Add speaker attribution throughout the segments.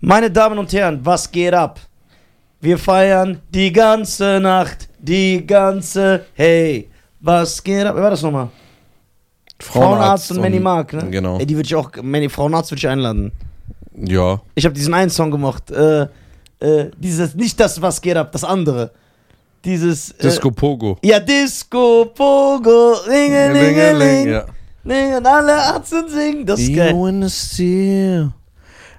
Speaker 1: Meine Damen und Herren, was geht ab? Wir feiern die ganze Nacht, die ganze, hey, was geht ab? Wer war das nochmal? Frauenarzt, und Manny Mark, ne?
Speaker 2: Genau.
Speaker 1: Ey, Äh, die würde ich auch, Manny, Frauenarzt würde ich einladen.
Speaker 2: Ja.
Speaker 1: Ich habe diesen einen Song gemacht, äh, äh, dieses, nicht das, was geht ab, das andere. Dieses, äh,
Speaker 2: Disco Pogo.
Speaker 1: ja, Disco, Pogo, Ringelingeling,
Speaker 2: Ja.
Speaker 1: Ling und alle Atzen singen, das ist geil.
Speaker 2: You wanna steal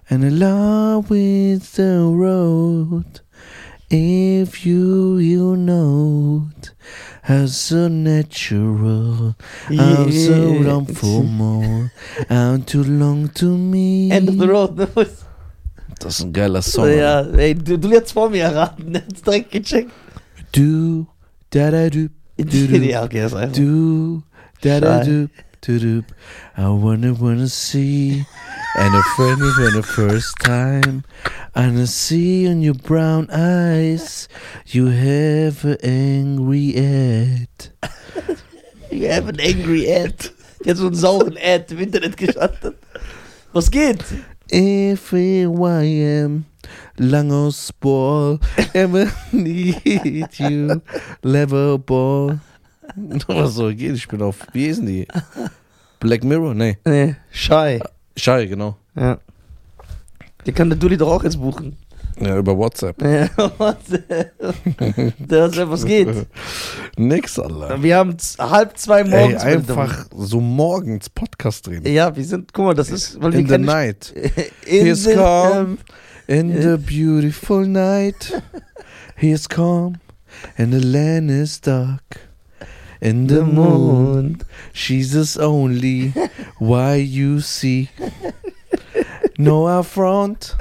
Speaker 2: and love with the road. If you, you know it, I'm so natural, I'm so
Speaker 1: Yeah.
Speaker 2: long for more, I'm too long to me.
Speaker 1: End of the road, ne?
Speaker 2: Das ist ein geiler Song.
Speaker 1: ja, ey, du, du jetzt vor mir erraten, jetzt direkt gecheckt.
Speaker 2: Du, da da du, du, du,
Speaker 1: Ja, okay, das ist einfach.
Speaker 2: do da da do do do. I wanna wanna see and a friend you for the first time. And I see in your brown eyes you have an angry head.
Speaker 1: You have an angry ad. Die hat so einen sauren Ad im Internet gestartet. Was geht?
Speaker 2: If I am Langos ball ever need you level ball. Was soll gehen? Ich bin auf. Wie ist denn die? Black Mirror? Nee.
Speaker 1: Nee, Shy.
Speaker 2: Schei, genau.
Speaker 1: Ja. Der kann der Dulli doch auch jetzt buchen.
Speaker 2: Ja, über WhatsApp.
Speaker 1: Ja, was? Der hat gesagt, was geht?
Speaker 2: Nix, Alter.
Speaker 1: Wir haben z- halb zwei
Speaker 2: Ey,
Speaker 1: morgens.
Speaker 2: einfach so morgens Podcast reden.
Speaker 1: Ja, wir sind, guck mal, das ist, weil wir
Speaker 2: In the
Speaker 1: keine-
Speaker 2: night.
Speaker 1: In
Speaker 2: Here's
Speaker 1: the- ähm,
Speaker 2: calm in the beautiful night. Here's calm and the land is dark. In the
Speaker 1: the
Speaker 2: moon,
Speaker 1: moon.
Speaker 2: she's is only why you see. No affront,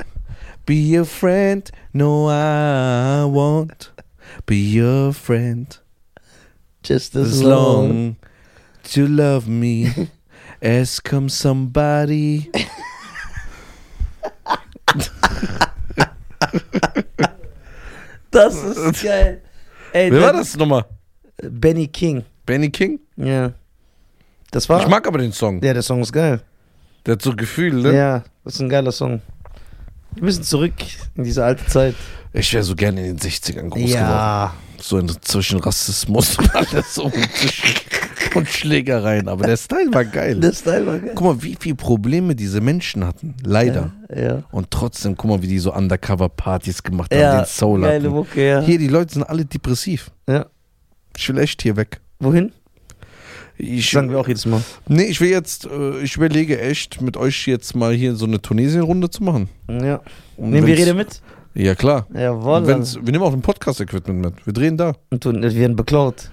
Speaker 2: be a friend. No, I won't be your friend.
Speaker 1: Just
Speaker 2: as long to love me as come somebody.
Speaker 1: Das ist geil. Ey,
Speaker 2: Wer war
Speaker 1: der-
Speaker 2: das nochmal?
Speaker 1: Benny King.
Speaker 2: Benny King?
Speaker 1: Ja. Das war.
Speaker 2: Ich mag aber den Song.
Speaker 1: ja, der Song ist geil.
Speaker 2: Der hat so Gefühl, ne?
Speaker 1: Ja, das ist ein geiler Song. Wir müssen zurück in diese alte Zeit.
Speaker 2: Ich wäre so gerne in den 60ern groß geworden.
Speaker 1: ja.
Speaker 2: So in, zwischen Rassismus und alles und, und Schlägereien. Aber der Style war geil.
Speaker 1: Der Style war geil.
Speaker 2: guck mal, wie viele Probleme diese Menschen hatten. Leider.
Speaker 1: Ja.
Speaker 2: Und trotzdem, guck mal, wie die so Undercover-Partys gemacht haben,
Speaker 1: Ja,
Speaker 2: den Soul
Speaker 1: geile
Speaker 2: hatten.
Speaker 1: Mucke, ja.
Speaker 2: Hier, die Leute sind alle depressiv.
Speaker 1: ja.
Speaker 2: Ich will echt hier weg.
Speaker 1: Wohin?
Speaker 2: Ich,
Speaker 1: Sagen wir auch jedes Mal.
Speaker 2: Nee, ich will jetzt, äh, ich überlege echt, mit euch jetzt mal hier so eine Tunesien-Runde zu machen.
Speaker 1: Ja.
Speaker 2: Und
Speaker 1: Nehmen wir
Speaker 2: wenn's-
Speaker 1: Rede mit?
Speaker 2: Ja, klar.
Speaker 1: Jawohl.
Speaker 2: Und wenn's, wir nehmen auch ein Podcast-Equipment mit. Wir drehen da.
Speaker 1: Und tun, wir werden beklaut.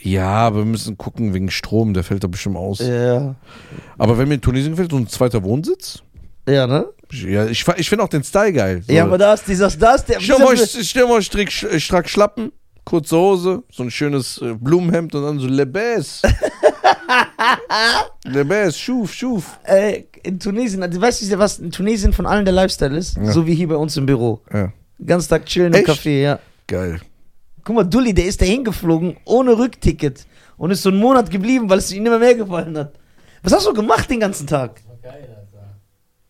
Speaker 2: Ja, aber wir müssen gucken wegen Strom, der fällt da bestimmt aus.
Speaker 1: Ja.
Speaker 2: Aber wenn mir in Tunesien gefällt, so ein zweiter Wohnsitz.
Speaker 1: Ja, ne?
Speaker 2: Ich- Ja, ich, fa- ich finde auch den Style geil. So.
Speaker 1: Ja, aber da ist dieser, da ist der.
Speaker 2: Stell mal, ich stell mal strick, sch- äh, strack Schlappen, kurze Hose, so ein schönes äh, Blumenhemd und dann so Lebes. Lebes, schuf, schuf.
Speaker 1: Äh, in Tunesien, also, weißt du, was in Tunesien von allen der Lifestyle ist?
Speaker 2: Ja.
Speaker 1: So wie hier bei uns im Büro.
Speaker 2: Ja,
Speaker 1: Ganz Tag chillen im
Speaker 2: Echt?
Speaker 1: Café, ja.
Speaker 2: geil.
Speaker 1: Guck mal, Dulli, der ist da hingeflogen ohne Rückticket und ist so einen Monat geblieben, weil es ihm immer mehr gefallen hat. Was hast du gemacht den ganzen Tag?
Speaker 3: War geil, Alter.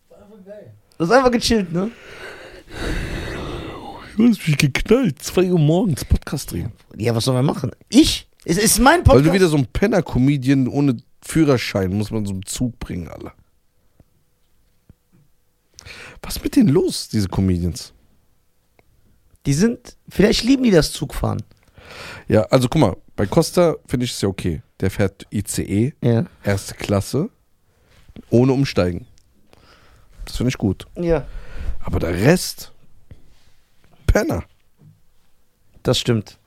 Speaker 3: War einfach geil.
Speaker 1: Du hast einfach gechillt, ne?
Speaker 2: Du hast mich geknallt. 2 Uhr morgens Podcast drehen.
Speaker 1: Ja, was sollen wir machen? Ich? Es ist mein
Speaker 2: Weil
Speaker 1: Podcast.
Speaker 2: du wieder so ein Penner-Comedian ohne Führerschein muss man so einen Zug bringen, alle. Was ist mit denen los, diese Comedians?
Speaker 1: die sind, vielleicht lieben die das Zugfahren.
Speaker 2: Ja, also guck mal, bei Costa finde ich es ja okay. Der fährt ICE,
Speaker 1: Ja.
Speaker 2: erste Klasse, ohne Umsteigen. Das finde ich gut.
Speaker 1: Ja.
Speaker 2: Aber der Rest, Penner.
Speaker 1: Das stimmt.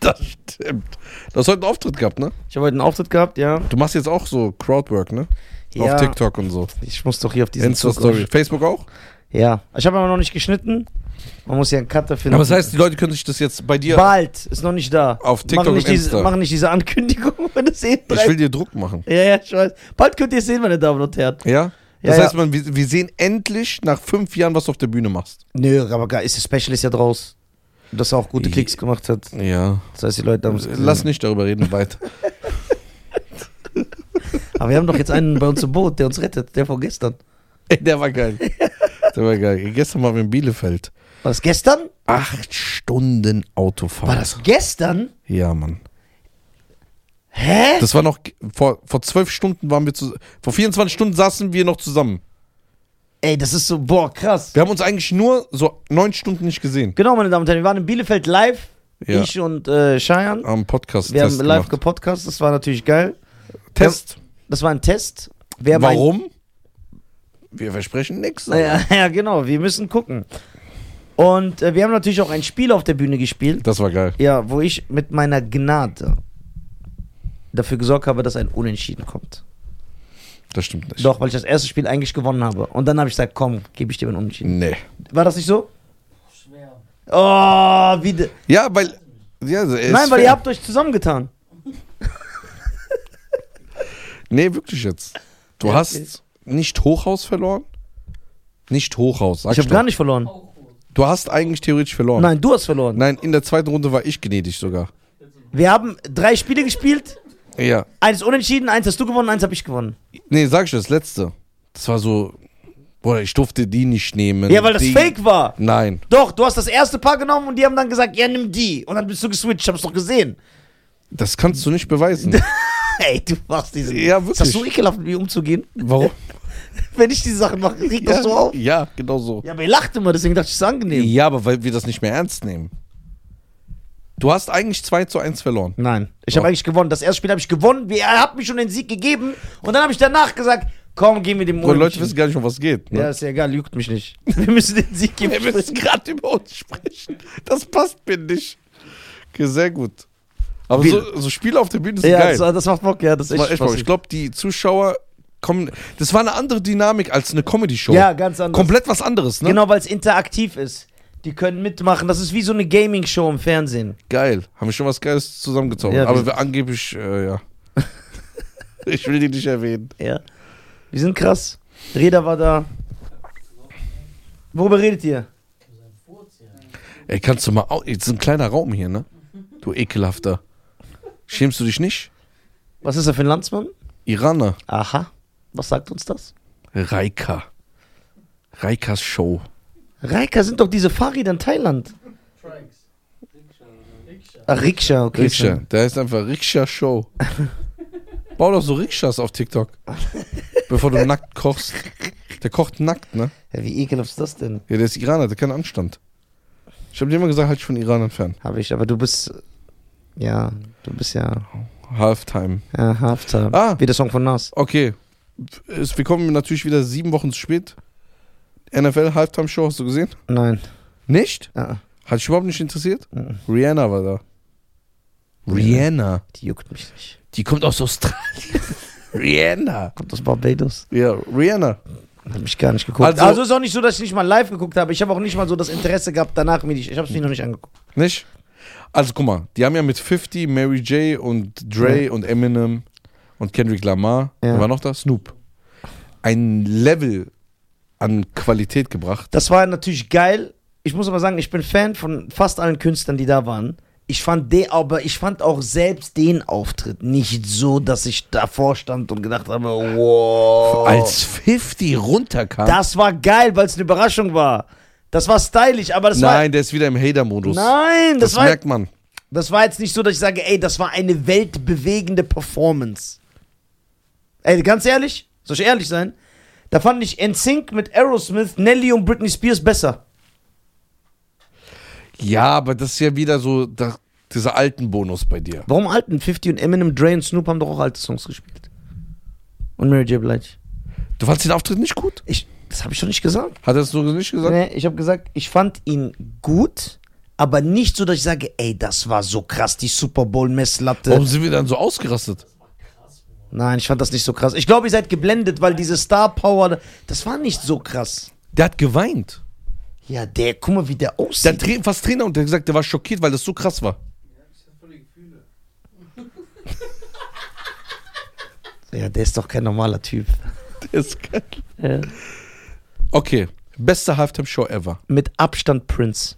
Speaker 2: das stimmt. Du hast heute einen Auftritt gehabt, ne?
Speaker 1: Ich habe heute einen Auftritt gehabt, ja.
Speaker 2: Du machst jetzt auch so Crowdwork, ne?
Speaker 1: ja.
Speaker 2: Auf TikTok und so.
Speaker 1: Ich muss doch hier auf diesen Zug
Speaker 2: Insta-Story.
Speaker 1: rauf-
Speaker 2: Facebook auch?
Speaker 1: Ja. Ich habe aber noch nicht geschnitten. Man muss ja einen Cutter finden.
Speaker 2: Aber das heißt, die Leute können sich das jetzt bei dir.
Speaker 1: Bald. Ist noch nicht da.
Speaker 2: Auf TikTok
Speaker 1: machen nicht,
Speaker 2: und
Speaker 1: diese,
Speaker 2: Insta.
Speaker 1: machen nicht diese Ankündigung, wenn das eh
Speaker 2: Ich will dir Druck machen.
Speaker 1: Ja, ja, ich weiß. Bald könnt ihr es sehen, meine Damen und Herren.
Speaker 2: Ja?
Speaker 1: Ja,
Speaker 2: Das
Speaker 1: ja.
Speaker 2: heißt, man, wir, wir sehen endlich nach fünf Jahren, was du auf der Bühne machst.
Speaker 1: Nö, aber geil, ist das Special ist ja draus. Dass er auch gute
Speaker 2: Ja.
Speaker 1: Klicks gemacht hat.
Speaker 2: Ja.
Speaker 1: Das heißt, die Leute haben es gesehen.
Speaker 2: Lass nicht darüber reden, weiter.
Speaker 1: Aber wir haben doch jetzt einen bei uns im Boot, der uns rettet, der von gestern.
Speaker 2: Ey, der war geil. Das war geil. Gestern waren wir in Bielefeld.
Speaker 1: War das gestern?
Speaker 2: Acht Stunden Autofahrt.
Speaker 1: War das gestern?
Speaker 2: Ja, Mann.
Speaker 1: Hä?
Speaker 2: Das war noch vor, vor zwölf Stunden waren wir zusammen. Vor 24 Stunden saßen wir noch zusammen.
Speaker 1: Ey, das ist so, boah, krass.
Speaker 2: Wir haben uns eigentlich nur so neun Stunden nicht gesehen.
Speaker 1: Genau, meine Damen und Herren, wir waren in Bielefeld live.
Speaker 2: Ja.
Speaker 1: Ich und äh, Cheyenne.
Speaker 2: Am Podcast.
Speaker 1: Wir haben live gepodcast, das war natürlich geil.
Speaker 2: Test.
Speaker 1: Das war ein Test. Wer mein-
Speaker 2: Warum? Wir versprechen nichts.
Speaker 1: Ja, ja, genau, wir müssen gucken. Und äh, wir haben natürlich auch ein Spiel auf der Bühne gespielt,
Speaker 2: Das war geil.
Speaker 1: ja, wo ich mit meiner Gnade dafür gesorgt habe, dass ein Unentschieden kommt.
Speaker 2: Das stimmt nicht.
Speaker 1: Doch, weil ich das erste Spiel eigentlich gewonnen habe. Und dann habe ich gesagt, komm, gebe ich dir einen Unentschieden.
Speaker 2: Nee.
Speaker 1: War das nicht so?
Speaker 3: Schwer.
Speaker 1: Oh, wie. de-
Speaker 2: Ja, weil. Ja, es
Speaker 1: Nein,
Speaker 2: ist
Speaker 1: weil
Speaker 2: fair.
Speaker 1: ihr habt euch zusammengetan.
Speaker 2: Nee, wirklich jetzt. Du
Speaker 1: Ja,
Speaker 2: hast
Speaker 1: okay.
Speaker 2: nicht Hochhaus verloren. Nicht Hochhaus. Sag
Speaker 1: Ich habe
Speaker 2: doch.
Speaker 1: gar nicht verloren.
Speaker 3: Auch gut.
Speaker 2: Du hast eigentlich theoretisch verloren.
Speaker 1: Nein, du hast verloren.
Speaker 2: Nein, in der zweiten Runde war ich gnädig sogar.
Speaker 1: Wir haben drei Spiele gespielt.
Speaker 2: Ja.
Speaker 1: Eins unentschieden, eins hast du gewonnen, eins habe ich gewonnen.
Speaker 2: Nee, sag ich das letzte. Das war so. Boah, ich durfte die nicht nehmen.
Speaker 1: Ja, weil das
Speaker 2: die.
Speaker 1: Fake war.
Speaker 2: Nein.
Speaker 1: Doch, du hast das erste Paar genommen und die haben dann gesagt, ja, nimm die. Und dann bist du geswitcht, ich hab's doch gesehen.
Speaker 2: Das kannst du nicht beweisen.
Speaker 1: Hey, du machst diese.
Speaker 2: Ja,
Speaker 1: Ist das
Speaker 2: wirklich.
Speaker 1: so ekelhaft, mit mir umzugehen?
Speaker 2: Warum?
Speaker 1: Wenn ich diese Sachen mache, regt das so auf.
Speaker 2: ja, genau so.
Speaker 1: Ja, aber ihr lacht immer, deswegen dachte ich, es ist angenehm.
Speaker 2: Ja, aber weil wir das nicht mehr ernst nehmen. Du hast eigentlich 2 zu 1 verloren.
Speaker 1: Nein, ich habe
Speaker 2: Doch.
Speaker 1: eigentlich gewonnen. Das erste Spiel habe ich gewonnen. Wir- Er hat mir schon den Sieg gegeben. Und dann habe ich danach gesagt, komm, gehen wir dem
Speaker 2: Und Leute
Speaker 1: Unentschieden.
Speaker 2: wissen gar nicht, um was geht. Ne?
Speaker 1: Ja, ist ja egal, juckt mich nicht. Wir müssen den Sieg geben.
Speaker 2: Wir müssen gerade über uns sprechen. Das passt mir nicht. Okay, sehr gut. Aber
Speaker 1: Wir-
Speaker 2: so, so Spiele auf der Bühne sind
Speaker 1: ja,
Speaker 2: geil.
Speaker 1: Das, das macht Bock, ja, das ist
Speaker 2: Das war echt mal. Ich
Speaker 1: spaßig.
Speaker 2: glaube, die Zuschauer kommen. Das war eine andere Dynamik als eine Comedy-Show.
Speaker 1: Ja, ganz anders.
Speaker 2: Komplett was anderes, ne?
Speaker 1: Genau, weil es interaktiv ist. Die können mitmachen. Das ist wie so eine Gaming-Show im Fernsehen.
Speaker 2: Geil. Haben wir schon was Geiles zusammengezaubert.
Speaker 1: Ja,
Speaker 2: Aber
Speaker 1: wir-
Speaker 2: wir angeblich, äh, ja. ich will die nicht erwähnen.
Speaker 1: Ja. Wir sind krass. Reda war da. Worüber redet ihr?
Speaker 3: Du sein Furz hier.
Speaker 2: Ey, kannst du mal. au- Jetzt ist ein kleiner Raum hier, ne? Du ekelhafter. Schämst du dich nicht?
Speaker 1: Was ist er für ein Landsmann?
Speaker 2: Iraner.
Speaker 1: Aha. Was sagt uns das?
Speaker 2: Reika. Reikas Show.
Speaker 1: Reika sind doch diese Fahrräder in Thailand.
Speaker 3: Trikes. Rikscha oder Rikscha.
Speaker 1: Ach, Rikscha, okay.
Speaker 2: Rikscha. Der heißt einfach Rikscha Show. Bau doch so Rikschas auf TikTok. bevor du nackt kochst. Der kocht nackt, ne?
Speaker 1: Ja, wie ekelhaft ist das denn?
Speaker 2: Ja, der ist Iraner, der hat keinen Anstand. Ich habe dir immer gesagt, halt dich von Iranern fern.
Speaker 1: Habe ich, aber du bist. Ja, du bist ja.
Speaker 2: Halftime.
Speaker 1: Ja, Haftar.
Speaker 2: Ah.
Speaker 1: Wie der Song von Nas.
Speaker 2: Okay. Es- Wir kommen natürlich wieder sieben Wochen zu spät. NFL Halftime Show hast du gesehen?
Speaker 1: Nein.
Speaker 2: Nicht?
Speaker 1: Ah,
Speaker 2: Hat dich überhaupt nicht interessiert?
Speaker 1: Mhm.
Speaker 2: Rihanna war da. Rihanna.
Speaker 1: die juckt mich nicht.
Speaker 2: Die kommt aus Australien. Rihanna.
Speaker 1: Kommt aus Barbados.
Speaker 2: Ja, Rihanna.
Speaker 1: Hab ich gar nicht geguckt. Also,
Speaker 2: Also-
Speaker 1: ist auch nicht so, dass ich nicht mal live geguckt habe. Ich habe auch nicht mal so das Interesse gehabt, danach mir nicht. Ich habe es mir noch nicht angeguckt.
Speaker 2: Nicht? Also guck mal, die haben ja mit 50, Mary J. und Dre und Eminem und Kendrick Lamar,
Speaker 1: Ja.
Speaker 2: wer war noch da? Snoop. Ein Level an Qualität gebracht.
Speaker 1: Das war natürlich geil. Ich muss aber sagen, ich bin Fan von fast allen Künstlern, die da waren. Ich fand den, aber ich fand auch selbst den Auftritt nicht so, dass ich davor stand und gedacht habe, wow.
Speaker 2: Als 50 runterkam.
Speaker 1: Oh. das war geil, weil es eine Überraschung war. Das war stylisch, aber das
Speaker 2: Nein, der ist wieder im Hater-Modus.
Speaker 1: war. Nein, das,
Speaker 2: das
Speaker 1: war,
Speaker 2: merkt man.
Speaker 1: das war jetzt nicht so, dass ich sage, ey, das war eine weltbewegende Performance. Ey, ganz ehrlich, soll ich ehrlich sein? Da fand ich NSYNC mit Aerosmith, Nelly und Britney Spears besser.
Speaker 2: Ja, aber das ist ja wieder so da, dieser alten Bonus bei dir.
Speaker 1: Warum alten? 50 und Eminem, Dre und Snoop haben doch auch alte Songs gespielt. Und Mary J. Blige.
Speaker 2: Du fandst den Auftritt nicht gut?
Speaker 1: Ich, das habe ich doch nicht gesagt.
Speaker 2: Hat er es so nicht gesagt?
Speaker 1: Nee, ich habe gesagt, ich fand ihn gut, aber nicht so, dass ich sage, ey, das war so krass, die Super Bowl-Messlatte.
Speaker 2: Warum sind wir dann so ausgerastet?
Speaker 1: Nein, ich fand das nicht so krass. Ich glaube, ihr seid geblendet, weil diese Star Power, das war nicht so krass.
Speaker 2: Der hat geweint.
Speaker 1: Ja, der, guck mal, wie der
Speaker 2: Der
Speaker 1: aussieht.
Speaker 2: hat Tra- fast Trainer und der hat gesagt, der war schockiert, weil das so krass war.
Speaker 3: Ich hab voll die Gefühle.
Speaker 1: ja, der ist doch kein normaler Typ.
Speaker 2: Der ist geil. Okay, beste Halftime-Show ever.
Speaker 1: Mit Abstand Prince.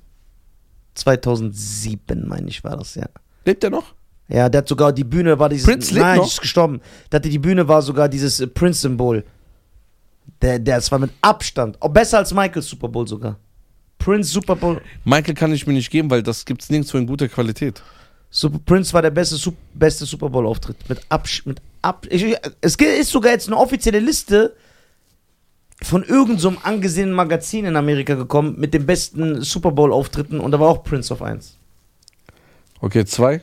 Speaker 1: 2007, meine ich, war das, ja.
Speaker 2: Lebt er noch?
Speaker 1: Ja, der hat sogar die Bühne war dieses.
Speaker 2: Prince lebt
Speaker 1: nein,
Speaker 2: noch?
Speaker 1: ist gestorben. Der hatte die Bühne war sogar dieses äh, Prince-Symbol. Der, der, das war mit Abstand. Auch besser als Michaels Super Bowl sogar. Prince Super Bowl.
Speaker 2: Michael kann ich mir nicht geben, weil das gibt's nirgendwo in guter Qualität.
Speaker 1: Super, Prince war der beste, Sup- beste Super Bowl-Auftritt. Mit Absch mit Ab ich, ich- es ge- ist sogar jetzt eine offizielle Liste von irgendeinem so einem angesehenen Magazin in Amerika gekommen mit den besten Super Bowl-Auftritten und da war auch Prince auf 1.
Speaker 2: Okay, zwei.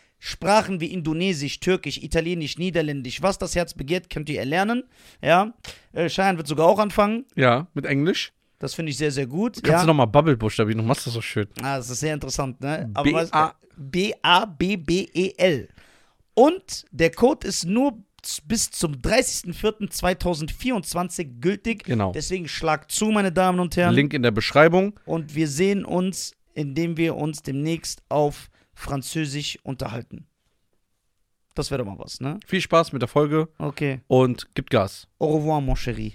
Speaker 1: Sprachen wie Indonesisch, Türkisch, Italienisch, Niederländisch, was das Herz begehrt, könnt ihr erlernen. Ja, äh, Cheyenne wird sogar auch anfangen.
Speaker 2: Ja, mit Englisch.
Speaker 1: Das finde ich sehr, sehr gut.
Speaker 2: Kannst
Speaker 1: ja.
Speaker 2: du nochmal Bubble buchstabieren, du machst das so schön.
Speaker 1: Ah, das ist sehr interessant, ne?
Speaker 2: B-
Speaker 1: weißt du,
Speaker 2: A-
Speaker 1: B-A-B-B-E-L. E Und der Code ist nur z- bis zum 30.04.2024 gültig.
Speaker 2: Genau.
Speaker 1: Deswegen schlag zu, meine Damen und Herren.
Speaker 2: Link in der Beschreibung.
Speaker 1: Und wir sehen uns, indem wir uns demnächst auf Französisch unterhalten. Das wäre doch mal was, ne?
Speaker 2: Viel Spaß mit der Folge
Speaker 1: Okay.
Speaker 2: und gibt Gas.
Speaker 1: Au revoir, mon chéri.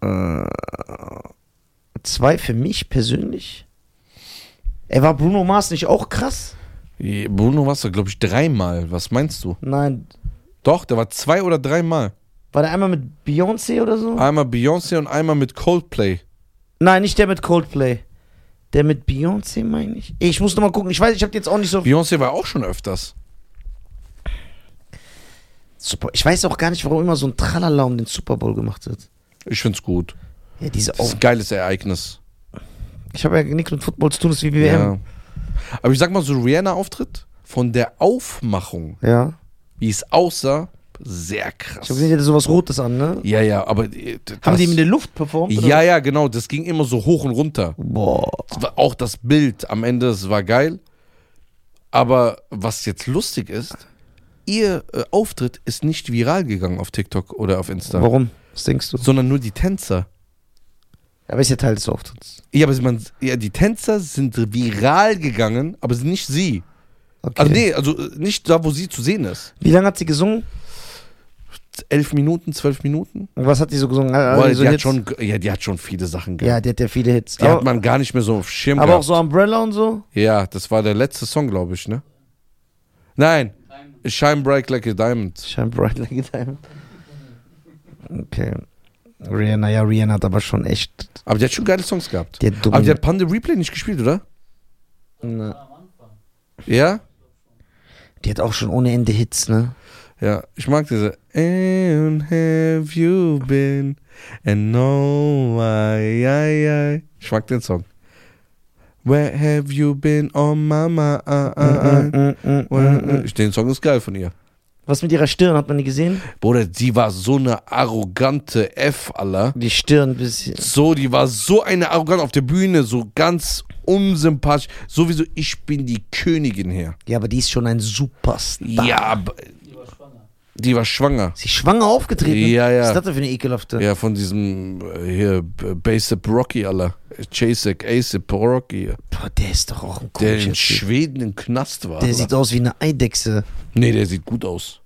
Speaker 1: Äh, Zwei für mich persönlich? Ey, war Bruno Mars nicht auch krass?
Speaker 2: Bruno warst du, glaube ich, dreimal. Was meinst du?
Speaker 1: Nein.
Speaker 2: Doch, der war zwei oder dreimal.
Speaker 1: War der einmal mit Beyoncé oder so?
Speaker 2: Einmal Beyoncé und einmal mit Coldplay.
Speaker 1: Nein, nicht der mit Coldplay. Der mit Beyoncé, meine ich. Ey, Ich muss noch mal gucken. Ich weiß, ich habe jetzt auch nicht so.
Speaker 2: Beyoncé war auch schon öfters.
Speaker 1: Super. Ich weiß auch gar nicht, warum immer so ein Tralala um den Super Bowl gemacht wird.
Speaker 2: Ich find's gut.
Speaker 1: Ja, diese
Speaker 2: Das
Speaker 1: auch.
Speaker 2: ist ein geiles Ereignis.
Speaker 1: Ich habe ja nichts mit Football zu tun, das ist wie
Speaker 2: Ja.
Speaker 1: WM.
Speaker 2: Aber ich sag mal so, Rihanna-Auftritt von der Aufmachung,
Speaker 1: Ja.
Speaker 2: wie es aussah, sehr
Speaker 1: Ich
Speaker 2: krass.
Speaker 1: habe gesehen, die hatte sowas Rotes an, ne?
Speaker 2: Ja, ja, aber. äh, das-
Speaker 1: Haben die in der Luft performt? oder?
Speaker 2: Ja, ja, genau. Das ging immer so hoch und runter.
Speaker 1: Boah.
Speaker 2: Das war Auch das Bild am Ende, es war geil. Aber was jetzt lustig ist, ihr äh, Auftritt ist nicht viral gegangen auf TikTok oder auf Insta,
Speaker 1: Warum? Was denkst du?
Speaker 2: sondern nur die Tänzer.
Speaker 1: Aber halt ist ja Teil des Auftritts.
Speaker 2: Ja, aber man, ja, die Tänzer sind viral gegangen, aber sind nicht sie.
Speaker 1: Okay.
Speaker 2: Also nee, also äh, nicht da, wo sie zu sehen ist.
Speaker 1: Wie lange hat sie gesungen?
Speaker 2: Elf Minuten, zwölf Minuten?
Speaker 1: Und was hat sie so gesungen? Hat-
Speaker 2: Weil
Speaker 1: hat so
Speaker 2: die, hat
Speaker 1: Hits?
Speaker 2: schon, ja, die hat schon viele Sachen gehabt.
Speaker 1: Ja, die hat ja viele Hits.
Speaker 2: die hat
Speaker 1: aber
Speaker 2: man gar nicht mehr so auf dem Schirm
Speaker 1: aber auch
Speaker 2: gehabt.
Speaker 1: so Umbrella und so?
Speaker 2: Ja, das war der letzte Song, glaube ich, ne? Nein,
Speaker 3: Nein.
Speaker 2: Shine Bright Like a Diamond.
Speaker 1: Shine bright like a diamond. Okay. Rihanna, ja, Rihanna hat aber schon echt.
Speaker 2: Aber die hat schon geile Songs gehabt.
Speaker 1: Die hat
Speaker 2: Aber die
Speaker 1: dumme.
Speaker 2: hat Panda Replay nicht gespielt, oder?
Speaker 1: Ne,
Speaker 3: Am Anfang.
Speaker 2: Ja?
Speaker 1: die hat auch schon ohne Ende Hits, ne?
Speaker 2: Ja, ich mag diese. And have you been and no I, I, I. Ich mag den Song. Where have you been oh mama? ah, ah, ah.
Speaker 1: Mm, mm, mm, mm,
Speaker 2: Where-
Speaker 1: mm.
Speaker 2: Ich- Den Song ist geil von ihr.
Speaker 1: Was mit ihrer Stirn? Hat man die gesehen?
Speaker 2: Bruder, die war so eine arrogante F, Allah.
Speaker 1: Die Stirn bisschen.
Speaker 2: So, die war so eine arrogant auf der Bühne, so ganz unsympathisch. Sowieso, ich bin die Königin hier.
Speaker 1: Ja, aber die ist schon ein Superstar.
Speaker 2: Ja, aber
Speaker 3: Die war schwanger.
Speaker 2: die war schwanger.
Speaker 1: Sie ist schwanger aufgetreten.
Speaker 2: Ja, ja.
Speaker 1: Was ist das denn für eine ekelhafte?
Speaker 2: Ja, von diesem äh, hier, B- Basic Rocky, Allah. Jasek Asip Rocky,
Speaker 1: Boah, der ist doch auch ein
Speaker 2: der
Speaker 1: komischer
Speaker 2: in
Speaker 1: Typ.
Speaker 2: Schweden im Knast war.
Speaker 1: Der
Speaker 2: Allah.
Speaker 1: sieht aus wie eine Eidechse.
Speaker 2: nee, der sieht gut aus.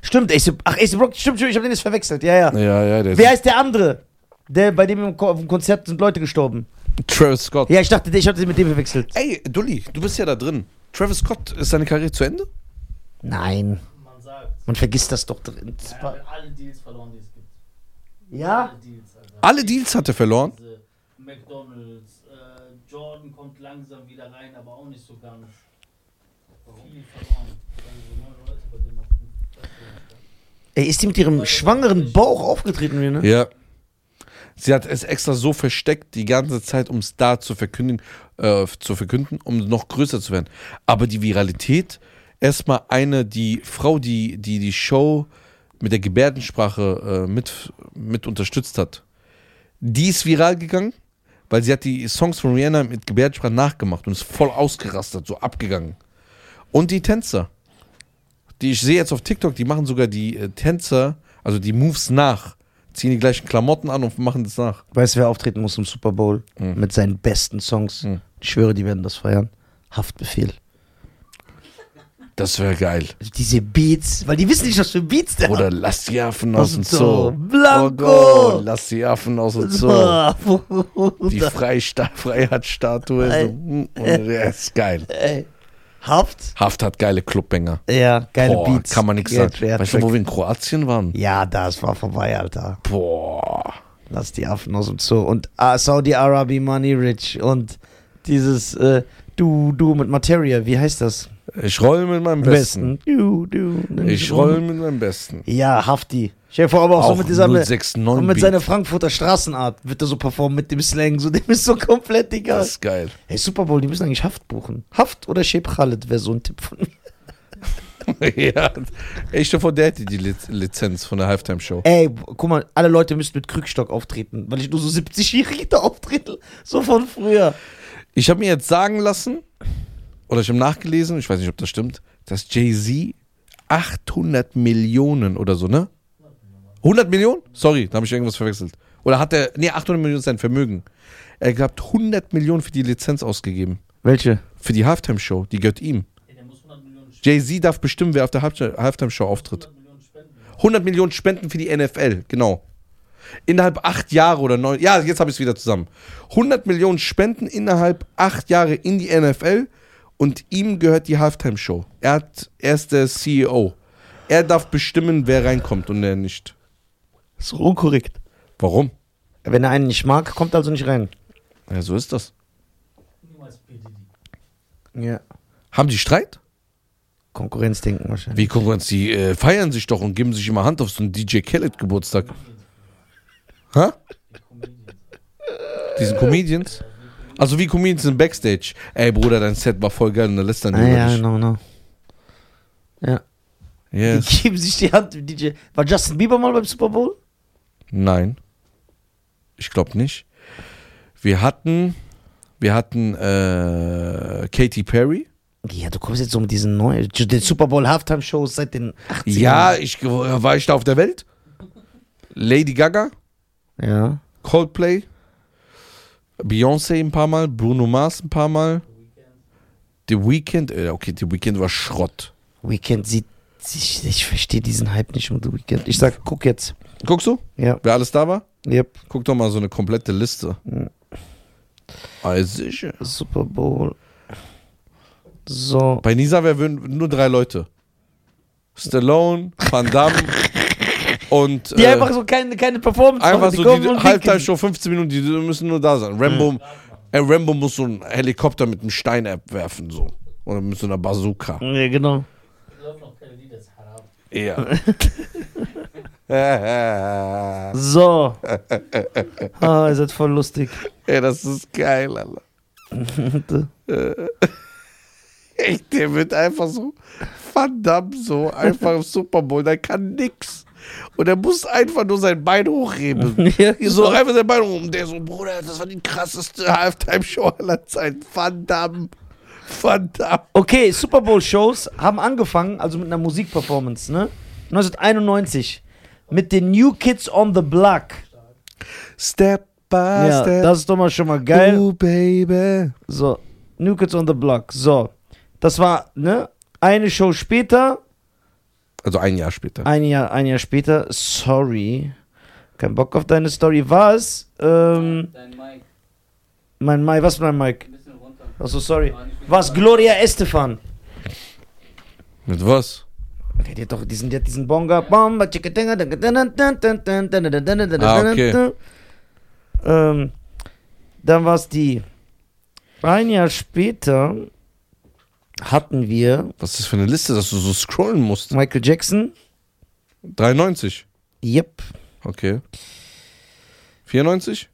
Speaker 1: Stimmt, Ace, ach, Ace Rock, stimmt, stimmt, ich habe den jetzt verwechselt. Ja, ja.
Speaker 2: Ja, ja, der
Speaker 1: Wer
Speaker 2: sieht,
Speaker 1: ist der andere? Der, bei dem im Ko auf dem Konzert sind Leute gestorben.
Speaker 2: Travis Scott.
Speaker 1: Ja, ich dachte, ich hatte sie mit dem verwechselt.
Speaker 2: Ey, Dulli, du bist ja da drin. Travis Scott, ist seine Karriere zu Ende?
Speaker 1: Nein,
Speaker 3: Man sagt.
Speaker 1: man vergisst das doch drin.
Speaker 3: Ja, wir haben alle Deals verloren, die es gibt.
Speaker 1: Ja?
Speaker 3: Alle Deals, Alter.
Speaker 2: Alle Deals hat er verloren.
Speaker 3: Diese McDonalds, äh, Jordan kommt langsam wieder rein, aber auch nicht so ganz. Viel verloren. Also neun Leute bei dem auf dem Platz.
Speaker 1: Ey, ist die mit ihrem schwangeren Bauch aufgetreten, ne?
Speaker 2: Ja. Sie hat es extra so versteckt die ganze Zeit, um es da zu verkünden, äh, zu verkünden, um noch größer zu werden. Aber die Viralität, erstmal eine, die Frau, die die, die Show mit der Gebärdensprache äh, mit, mit unterstützt hat, die ist viral gegangen, weil sie hat die Songs von Rihanna mit Gebärdensprache nachgemacht und ist voll ausgerastet, so abgegangen. Und die Tänzer, die ich sehe jetzt auf TikTok, die machen sogar die äh, Tänzer, also die Moves nach, ziehen die gleichen Klamotten an und machen das nach.
Speaker 1: Weißt du, wer auftreten muss im Super Bowl?
Speaker 2: Hm.
Speaker 1: Mit seinen besten Songs.
Speaker 2: Mhm.
Speaker 1: Ich schwöre, die werden das feiern. Haftbefehl.
Speaker 2: Das wäre geil.
Speaker 1: Diese Beats, weil die wissen nicht, was für Beats der
Speaker 2: Oder lass die Affen
Speaker 1: Aus
Speaker 2: aus
Speaker 1: dem
Speaker 2: dem
Speaker 1: Zoo.
Speaker 2: Zoo.
Speaker 1: Blanco!
Speaker 2: Oh Gott, lass die Affen aus dem Zoo. Die
Speaker 1: Bruder.
Speaker 2: Freista Freiheitsstatue.
Speaker 1: Ey.
Speaker 2: So. mm, und- Ja, ist geil.
Speaker 1: Ey. Haft?
Speaker 2: Haft hat geile Clubbänger.
Speaker 1: Ja, geile
Speaker 2: Boah,
Speaker 1: Beats.
Speaker 2: kann man nichts
Speaker 1: Ja,
Speaker 2: sagen.
Speaker 1: ja,
Speaker 2: Weißt du, wo wir in Kroatien waren?
Speaker 1: ja, das war vorbei, Alter.
Speaker 2: Boah.
Speaker 1: Lass die Affen aus dem Zoo. Und ah, Saudi Arabi Money Rich und dieses äh, Du, Du mit Materia, wie heißt das?
Speaker 2: Ich roll mit meinem Besten.
Speaker 1: Du, Du.
Speaker 2: Ich roll mit meinem Besten.
Speaker 1: Ja, Hafti. Chef, aber auch, so
Speaker 2: Auch
Speaker 1: mit dieser.
Speaker 2: 069
Speaker 1: und mit
Speaker 2: Beat.
Speaker 1: seiner Frankfurter Straßenart wird er so performen mit dem Slang. So, dem ist so komplett egal.
Speaker 2: Das ist geil.
Speaker 1: Hey, Super Bowl, die müssen eigentlich Haft buchen. Haft oder Shep Khaled wäre so ein Tipp von mir.
Speaker 2: ja. Ich stelle vor, der hätte die Liz Lizenz von der Halftime-Show.
Speaker 1: Ey, b- guck mal, alle Leute müssten mit Krückstock auftreten, weil ich nur so 70-Jährige da auftrete. So von früher.
Speaker 2: Ich habe mir jetzt sagen lassen, oder ich habe nachgelesen, ich weiß nicht, ob das stimmt, dass Jay-Z 800 Millionen oder so, ne? 100 Millionen? Sorry, da habe ich irgendwas verwechselt. Oder hat er, nee, 800 Millionen ist sein Vermögen. Er hat 100 Millionen für die Lizenz ausgegeben.
Speaker 1: Welche?
Speaker 2: Für die Halftime-Show, die gehört ihm.
Speaker 3: Ey, der muss 100 Millionen, Sch-
Speaker 2: Jay-Z darf bestimmen, wer auf der Halfti- Halftime-Show auftritt.
Speaker 3: 100 Millionen spenden.
Speaker 2: 100 Millionen Spenden für die NFL, genau. Innerhalb acht Jahre oder neun, ja, jetzt habe ich es wieder zusammen. 100 Millionen Spenden innerhalb acht Jahre in die NFL und ihm gehört die Halftime-Show. Er, hat, er ist der CEO. Er darf bestimmen, wer reinkommt und wer nicht.
Speaker 1: So unkorrekt.
Speaker 2: Warum?
Speaker 1: Wenn er einen nicht mag, kommt er also nicht rein.
Speaker 2: Ja, so ist das.
Speaker 3: Niemals PDD.
Speaker 1: Ja.
Speaker 2: Haben die Streit?
Speaker 1: Konkurrenzdenken wahrscheinlich.
Speaker 2: Wie Konkurrenz? Die äh, feiern sich doch und geben sich immer Hand auf so einen DJ Khaled Geburtstag. Hä?
Speaker 3: Die Comedians.
Speaker 2: Diesen Comedians? Also wie Comedians im Backstage. Ey Bruder, dein Set war voll geil und dann lässt dann
Speaker 1: Ah, ja, genau, genau. Ja.
Speaker 2: Yes.
Speaker 1: Die geben sich die Hand im DJ. War Justin Bieber mal beim Super Bowl?
Speaker 2: Nein. Ich glaube nicht. Wir hatten, wir hatten äh, Katy Perry.
Speaker 1: Ja, du kommst jetzt so mit diesen neuen, den Super Bowl Halftime Shows seit den 80ern.
Speaker 2: Ja, ich war ich da auf der Welt. Lady Gaga,
Speaker 1: Ja.
Speaker 2: Coldplay, Beyoncé ein paar Mal, Bruno Mars ein paar Mal, The Weeknd. Äh, okay, The Weeknd war Schrott.
Speaker 1: Weekend sieht, ich, ich verstehe diesen Hype nicht um The Weekend. Ich sag, guck jetzt.
Speaker 2: Guckst du,
Speaker 1: Ja,
Speaker 2: wer alles da war?
Speaker 1: yep.
Speaker 2: Guck doch mal so eine komplette Liste.
Speaker 1: Ja.
Speaker 2: Ah, sicher.
Speaker 1: Super Bowl. So.
Speaker 2: Bei Nisa wären nur drei Leute. Stallone, Van Damme und
Speaker 1: Die
Speaker 2: äh,
Speaker 1: einfach so keine, keine Performance
Speaker 2: einfach
Speaker 1: machen,
Speaker 2: so
Speaker 1: kommen
Speaker 2: die
Speaker 1: und Hm.
Speaker 2: Halbtime-Show, 15 Minuten, die müssen nur da sein. Rambo, äh, Rambo muss so einen Helikopter mit einem Stein abwerfen, so. Oder mit so einer Bazooka.
Speaker 1: winken. Ja, genau.
Speaker 3: Es laufen noch keine Lieder, es ist haram.
Speaker 2: Ja.
Speaker 1: So. ah, ihr seid voll lustig.
Speaker 2: Ey, das ist geil, Alter. Äh, Echt, der wird einfach so verdammt so einfach im Super Bowl. Der kann nix. Und er muss einfach nur sein Bein hochheben.
Speaker 1: äh, ja,
Speaker 2: So
Speaker 1: so.
Speaker 2: einfach sein Bein hochheben. Der so, Bruder, das war die krasseste Halftime-Show aller Zeiten. Verdammt. Verdammt.
Speaker 1: Okay, Super Bowl-Shows haben angefangen, also mit einer Musikperformance, ne? 1991. Mit den New Kids on the Block.
Speaker 2: Step by
Speaker 1: Ja,
Speaker 2: step.
Speaker 1: das ist doch mal schon mal geil.
Speaker 2: Ooh, baby.
Speaker 1: So, New Kids on the Block. So, das war, ne? Eine Show später,
Speaker 2: Also ein Jahr später.
Speaker 1: ein Jahr, ein Jahr später, sorry, kein Bock auf deine Story, war es, ähm,
Speaker 3: Dein Mike.
Speaker 1: Mein Mike, was ist mein Mike?
Speaker 3: Ein bisschen runter.
Speaker 1: Achso, sorry.
Speaker 3: War nicht viel
Speaker 1: Was,
Speaker 3: dabei.
Speaker 1: Gloria Estefan?
Speaker 2: Mit was?
Speaker 1: Okay, die hat doch diesen, die hat diesen Bonga. Bomba, chicka, dinga, dinga, dinga, dinga, dinga, dinga, dinga, dinga, dinga,
Speaker 2: Ah, okay.
Speaker 1: dinga. Ähm, dann war es die. Ein Jahr später hatten wir
Speaker 2: Was ist das für eine Liste, dass du so scrollen musst?
Speaker 1: Michael Jackson.
Speaker 2: 93.
Speaker 1: Yep.
Speaker 2: Okay. 94?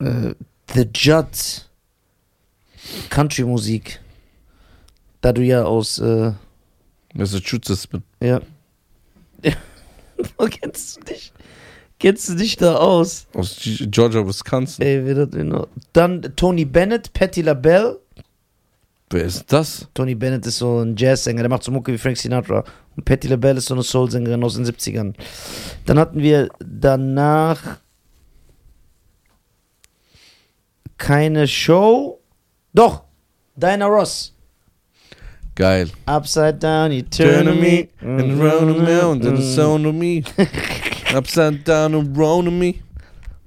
Speaker 1: Äh, The Judd. Country-Musik. Da du ja aus. Äh,
Speaker 2: Massachusetts mit.
Speaker 1: ja. Kennst du dich? Kennst du dich da aus?
Speaker 2: Aus G- Georgia, Wisconsin.
Speaker 1: Ey, wie das genau. Dann Tony Bennett, Patti LaBelle.
Speaker 2: Wer ist das?
Speaker 1: Tony Bennett ist so ein Jazzsänger, der macht so Mucke wie Frank Sinatra. Und Patti LaBelle ist so eine Soul-Sängerin aus den 70ern. Dann hatten wir danach keine Show. Doch, Diana Ross.
Speaker 2: Geil.
Speaker 1: Upside down, you
Speaker 2: Turn
Speaker 1: turn
Speaker 2: on
Speaker 1: on
Speaker 2: me
Speaker 1: me. Mm-hmm.
Speaker 2: and round on me and then the sound on me. Upside down and round on me.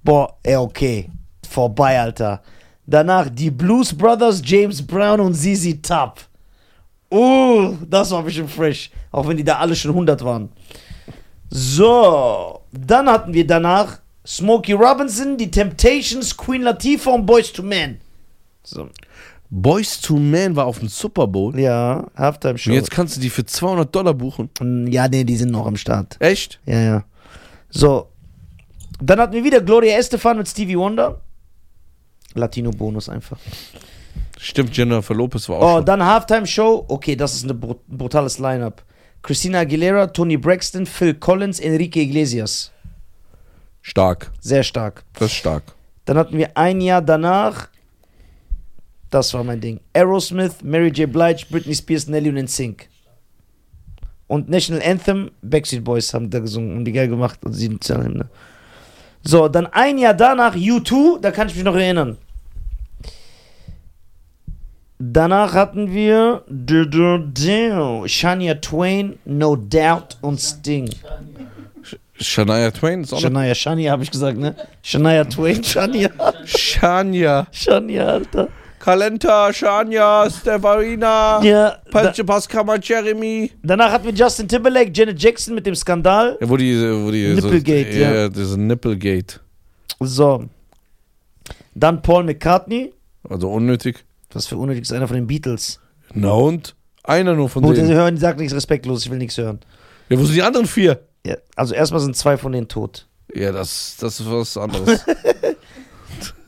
Speaker 1: Boah, ey, okay. Vorbei, Alter. Danach die Blues Brothers, James Brown und ZZ Top. Uh, das war ein bisschen fresh. Auch wenn die da alle schon 100 waren. So, dann hatten wir danach Smokey Robinson, die Temptations, Queen Latifah und Boys to Men. So.
Speaker 2: Boys to Man war auf dem Super Bowl.
Speaker 1: Ja, Halftime
Speaker 2: Und
Speaker 1: Show.
Speaker 2: jetzt kannst du die für 200 Dollar buchen.
Speaker 1: Mm, Ja, nee, die sind noch am Start.
Speaker 2: Echt?
Speaker 1: Ja, ja. So. Dann hatten wir wieder Gloria Estefan mit Stevie Wonder. Latino-Bonus einfach.
Speaker 2: Stimmt, Jennifer Lopez war auch
Speaker 1: Oh,
Speaker 2: schon.
Speaker 1: dann Halftime Show. Okay, das ist ein brut brutales Lineup. Christina Aguilera, Tony Braxton, Phil Collins, Enrique Iglesias.
Speaker 2: Stark.
Speaker 1: Sehr stark.
Speaker 2: Das ist stark.
Speaker 1: Dann hatten wir ein Jahr danach. Das war mein Ding. Aerosmith, Mary J. Blige, Britney Spears, Nelly und NSYNC. Und National Anthem, Backstreet Boys haben da gesungen und die geil gemacht und sie ne? So, dann ein Jahr danach U2, da kann ich mich noch erinnern. Danach hatten wir du, du, du, Shania Twain, No Doubt und Sting.
Speaker 2: Shania Twain ist auch noch.
Speaker 1: Shania, Shania habe ich gesagt, ne? Shania Twain, Shania,
Speaker 2: Shania.
Speaker 1: Shania, Alter.
Speaker 2: Kalenta, Shania, Stefanina,
Speaker 1: Ja, da,
Speaker 2: Pancho Pascama, Jeremy.
Speaker 1: danach hatten wir Justin Timberlake, Janet Jackson mit dem Skandal.
Speaker 2: Ja, wo die, wo die
Speaker 1: Nipplegate,
Speaker 2: so,
Speaker 1: ja.
Speaker 2: ja. diese Nipplegate.
Speaker 1: So. Dann Paul McCartney.
Speaker 2: Also unnötig.
Speaker 1: Was für unnötig ist einer von den Beatles.
Speaker 2: Na und? Einer nur von
Speaker 1: Gut, sie
Speaker 2: denen.
Speaker 1: hören, sagt nichts respektlos, ich will nichts hören.
Speaker 2: Ja, wo sind die anderen vier?
Speaker 1: Ja, also erstmal sind zwei von denen tot.
Speaker 2: Ja, das, das ist was anderes.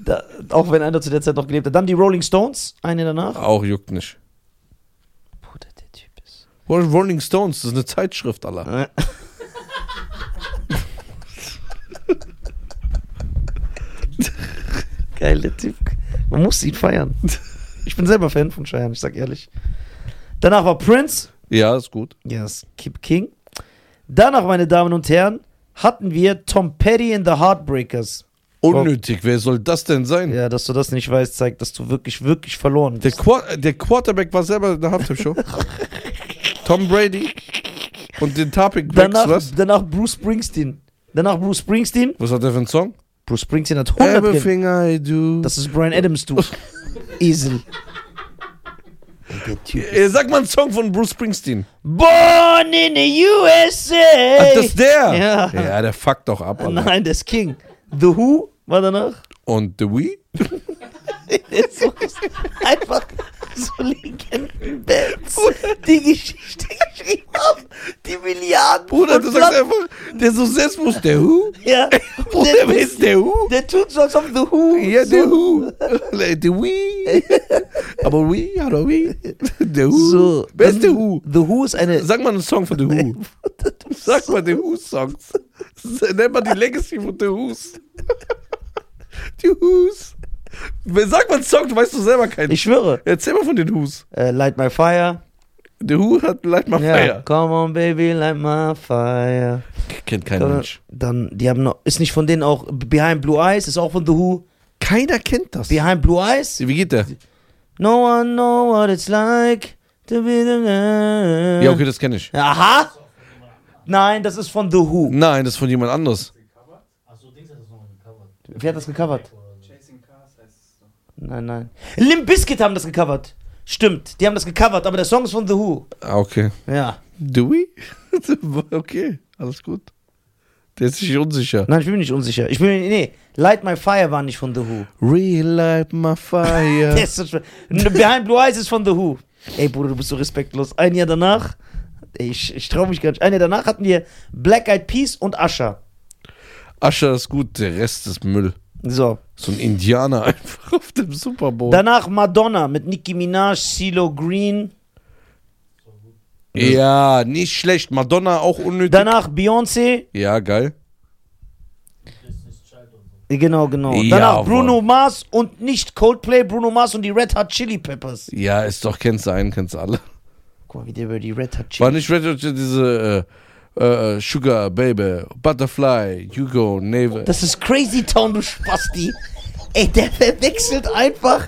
Speaker 1: Da, auch wenn einer zu der Zeit noch gelebt hat. Dann die Rolling Stones, eine danach.
Speaker 2: auch juckt nicht.
Speaker 1: Bruder, der Typ ist.
Speaker 2: Rolling Stones, das ist eine Zeitschrift, Alter.
Speaker 1: Äh. Geil, der Typ. Man muss ihn feiern. Ich bin selber Fan von Cheyenne, ich sag ehrlich. Danach war Prince.
Speaker 2: Ja, ist gut.
Speaker 1: Ja, yes, Kip King. Danach, meine Damen und Herren, hatten wir Tom Petty in The Heartbreakers.
Speaker 2: Unnötig, wer soll das denn sein?
Speaker 1: Ja, dass du das nicht weißt, zeigt, dass du wirklich, wirklich verloren
Speaker 2: Hm. Der,
Speaker 1: bist.
Speaker 2: Qua der Quarterback war selber in der Halftime-Show. Tom Brady und den Topic Breaks,
Speaker 1: Danach,
Speaker 2: was?
Speaker 1: danach Bruce Springsteen. Danach Bruce Springsteen.
Speaker 2: Was hat der für einen Song?
Speaker 1: Bruce Springsteen hat 100 Gen-
Speaker 2: Everything I do.
Speaker 1: Das ist Brian Adams, du Esel.
Speaker 2: Äh, sag mal einen Song von Bruce Springsteen.
Speaker 1: Born in the USA.
Speaker 2: Ach, das ist der?
Speaker 1: Ja.
Speaker 2: ja, der fuckt doch ab. Alter.
Speaker 1: Nein, das ist King. The Who war danach.
Speaker 2: Und The Wee?
Speaker 1: Der ist so- einfach so Legendenbands, die Geschichte geschrieben haben, die Milliarden.
Speaker 2: Bruder,
Speaker 1: von
Speaker 2: du sagst
Speaker 1: Platten-
Speaker 2: einfach, der ist so selbstbewusst, der Who?
Speaker 1: ja.
Speaker 2: Bruder,
Speaker 1: der,
Speaker 2: wer ist der Who?
Speaker 1: der tut so, als ob The Who.
Speaker 2: Ja,
Speaker 1: so,
Speaker 2: der Who. Der Wee. Aber Wee, hallo Wee. Der Who.
Speaker 1: So,
Speaker 2: Wer
Speaker 1: dann-
Speaker 2: ist der Who?
Speaker 1: The Who ist eine.
Speaker 2: Sag mal einen Song von The Who. Sag mal The Who-Songs. Nenn mal die Legacy von The Who's. Die Who's. Wer- Sag mal einen Song, du weißt doch selber keinen.
Speaker 1: Ich schwöre.
Speaker 2: Erzähl mal von den Who's.
Speaker 1: Äh, light my fire.
Speaker 2: The Who hat Light My
Speaker 1: Ja.
Speaker 2: Fire.
Speaker 1: Come on, baby, light my fire.
Speaker 2: Kennt kein
Speaker 1: Dann, dann, die haben noch. Ist nicht von denen auch. Behind Blue Eyes ist auch von The Who.
Speaker 2: Keiner kennt das.
Speaker 1: Behind Blue Eyes?
Speaker 2: Wie geht der?
Speaker 1: No one know what it's like to be the man.
Speaker 2: Ja, okay, das kenne ich.
Speaker 1: Aha! Nein, das ist von The Who.
Speaker 2: Nein, das ist von jemand anders.
Speaker 3: Achso, Dings hat das nochmal gecovert.
Speaker 1: Wer hat das gecovert?
Speaker 3: Chasing Cars.
Speaker 1: Nein, nein. Limp Bizkit haben das gecovert. Stimmt, die haben das gecovert, aber der Song ist von The Who.
Speaker 2: Ah, okay.
Speaker 1: Ja.
Speaker 2: Do we? okay, alles gut. Der ist sich unsicher.
Speaker 1: Nein, ich bin mir nicht unsicher. Ich bin mir, nee, Light My Fire war nicht von The Who.
Speaker 2: Relight my
Speaker 1: Der
Speaker 2: fire.
Speaker 1: ist so schwer. Behind Blue Eyes ist von The Who. Ey, Bruder, du bist so respektlos. Ein Jahr danach, ey, ich, ich trau mich gar nicht. Ein Jahr danach hatten wir Black Eyed Peas und Usher.
Speaker 2: Ascher ist gut, der Rest ist Müll.
Speaker 1: So.
Speaker 2: So ein Indianer einfach auf dem Super Bowl.
Speaker 1: Danach Madonna mit Nicki Minaj, CeeLo Green.
Speaker 2: ja, nicht schlecht. Madonna auch unnötig.
Speaker 1: Danach Beyoncé.
Speaker 2: ja, geil.
Speaker 3: Destiny's Child und so.
Speaker 1: Genau, genau. Danach
Speaker 2: Jawohl.
Speaker 1: Bruno Mars und nicht Coldplay, Bruno Mars und die Red Hot Chili Peppers.
Speaker 2: Ja, ist doch, kennst du einen, kennst du alle.
Speaker 1: Guck mal, wie der über die Red Hot Chili
Speaker 2: War nicht Red Hot Chili- diese äh, äh, Sugar Baby, Butterfly, Hugo, Neve.
Speaker 1: Das ist Crazy Town, du Spasti. Ey, der verwechselt einfach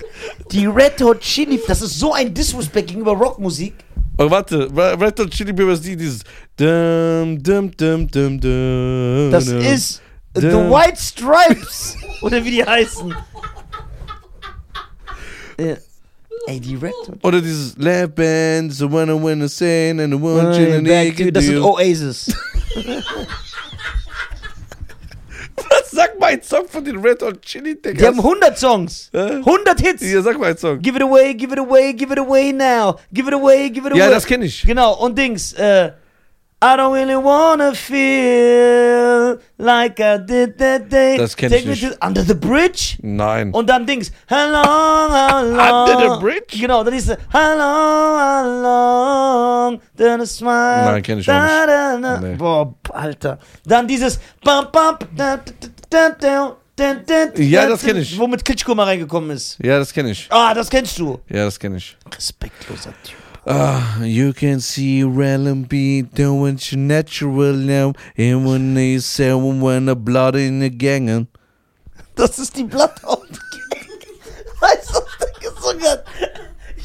Speaker 1: die Red Hot Chili. Das ist so ein Disrespect gegenüber Rockmusik.
Speaker 2: Oh, warte, Ra- Red Hot Chili Peppers, die dieses dum, dum, dum, dum, dum,
Speaker 1: Das
Speaker 2: dum.
Speaker 1: ist The
Speaker 2: Dum.
Speaker 1: White Stripes. Oder wie die heißen. Ja. Äh, Ey, die Red Hot
Speaker 2: Oder dieses Left Band, the one I wanna sing and the one
Speaker 1: Chili.
Speaker 2: chilling
Speaker 1: Back to-
Speaker 2: naked.
Speaker 1: Das oh. sind
Speaker 2: dude.
Speaker 1: Oasis.
Speaker 2: Was? Sag mal einen Song von den Red Hot Chili
Speaker 1: Die haben
Speaker 2: Peppers.
Speaker 1: 100 Songs.
Speaker 2: Äh?
Speaker 1: 100 Hits.
Speaker 2: Ja, sag mal einen Song.
Speaker 1: Give it away, give it away, give it away now. Give it away, give it away.
Speaker 2: Ja, das kenne ich.
Speaker 1: Genau, und Dings, äh, I don't really wanna feel like I did that day.
Speaker 2: Das kenn
Speaker 1: Take
Speaker 2: ich
Speaker 1: me
Speaker 2: nicht.
Speaker 1: to- Under the Bridge.
Speaker 2: Nein.
Speaker 1: Und dann Dings, how long, how long.
Speaker 2: Under the Bridge?
Speaker 1: Genau, dann ist es, how long, how long, then a smile.
Speaker 2: Nein, kenn ich auch nicht.
Speaker 1: Da, da, da.
Speaker 2: Nee.
Speaker 1: Boah, Alter. Dann dieses, bam, bam, da, da, da, da, da, da, da,
Speaker 2: Ja,
Speaker 1: da,
Speaker 2: das
Speaker 1: da,
Speaker 2: kenn ich.
Speaker 1: Womit Klitschko mal reingekommen ist.
Speaker 2: Ja, das kenne ich.
Speaker 1: Ah, das kennst du.
Speaker 2: Ja, das kenne ich.
Speaker 1: Respektloser Typ.
Speaker 2: Ah, you can see real and be doing your natural now. And when they say when the blood in the gang.
Speaker 1: Das ist die Bloodhound Gang. Weißt du, was der gesungen hat?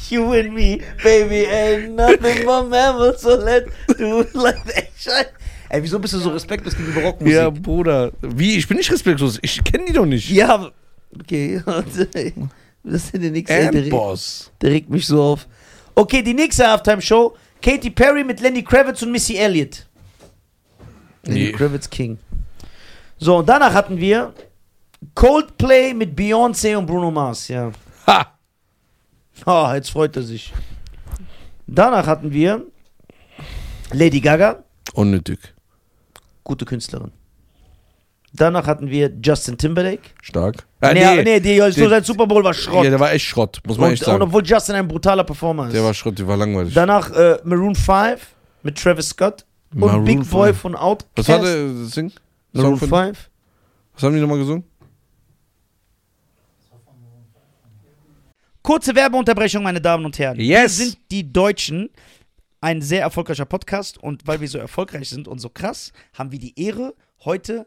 Speaker 1: You and me, baby, ain't nothing but mammals, so let do it like that. Scheiße. Ey, wieso bist du so respektlos gegenüber Rockmusik?
Speaker 2: Ja, Bruder. Wie? Ich bin nicht respektlos. Ich kenne die doch nicht.
Speaker 1: ja aber- okay. Das ist der nächste. Ey, der, regt-
Speaker 2: Endboss.
Speaker 1: der regt mich so auf. Okay, die nächste Halftime-Show. Katy Perry mit Lenny Kravitz und Missy Elliott. Lenny
Speaker 2: Nee.
Speaker 1: Kravitz King. So, und danach hatten wir Coldplay mit Beyoncé und Bruno Mars, ja.
Speaker 2: Ha!
Speaker 1: Ah, jetzt freut er sich. Danach hatten wir Lady Gaga,
Speaker 2: Unnötig.
Speaker 1: gute Künstlerin. Danach hatten wir Justin Timberlake.
Speaker 2: Stark. Ah,
Speaker 1: nee, nee, die, so
Speaker 2: Den-
Speaker 1: sein Super Bowl war Schrott.
Speaker 2: Ja, der war echt Schrott, muss man echt
Speaker 1: und, und
Speaker 2: sagen.
Speaker 1: obwohl Justin ein brutaler Performer ist.
Speaker 2: Der war Schrott, der war langweilig.
Speaker 1: Danach äh, Maroon 5 mit Travis Scott und
Speaker 2: Maroon
Speaker 1: Big Boy
Speaker 2: 5.
Speaker 1: von Outkast.
Speaker 2: Was war der Sing?
Speaker 1: Maroon
Speaker 2: Song von-
Speaker 1: 5?
Speaker 2: Was haben die nochmal gesungen?
Speaker 1: Kurze Werbeunterbrechung, meine Damen und Herren.
Speaker 2: Yes!
Speaker 1: Wir sind die Deutschen, ein sehr erfolgreicher Podcast und weil wir so erfolgreich sind und so krass, haben wir die Ehre, heute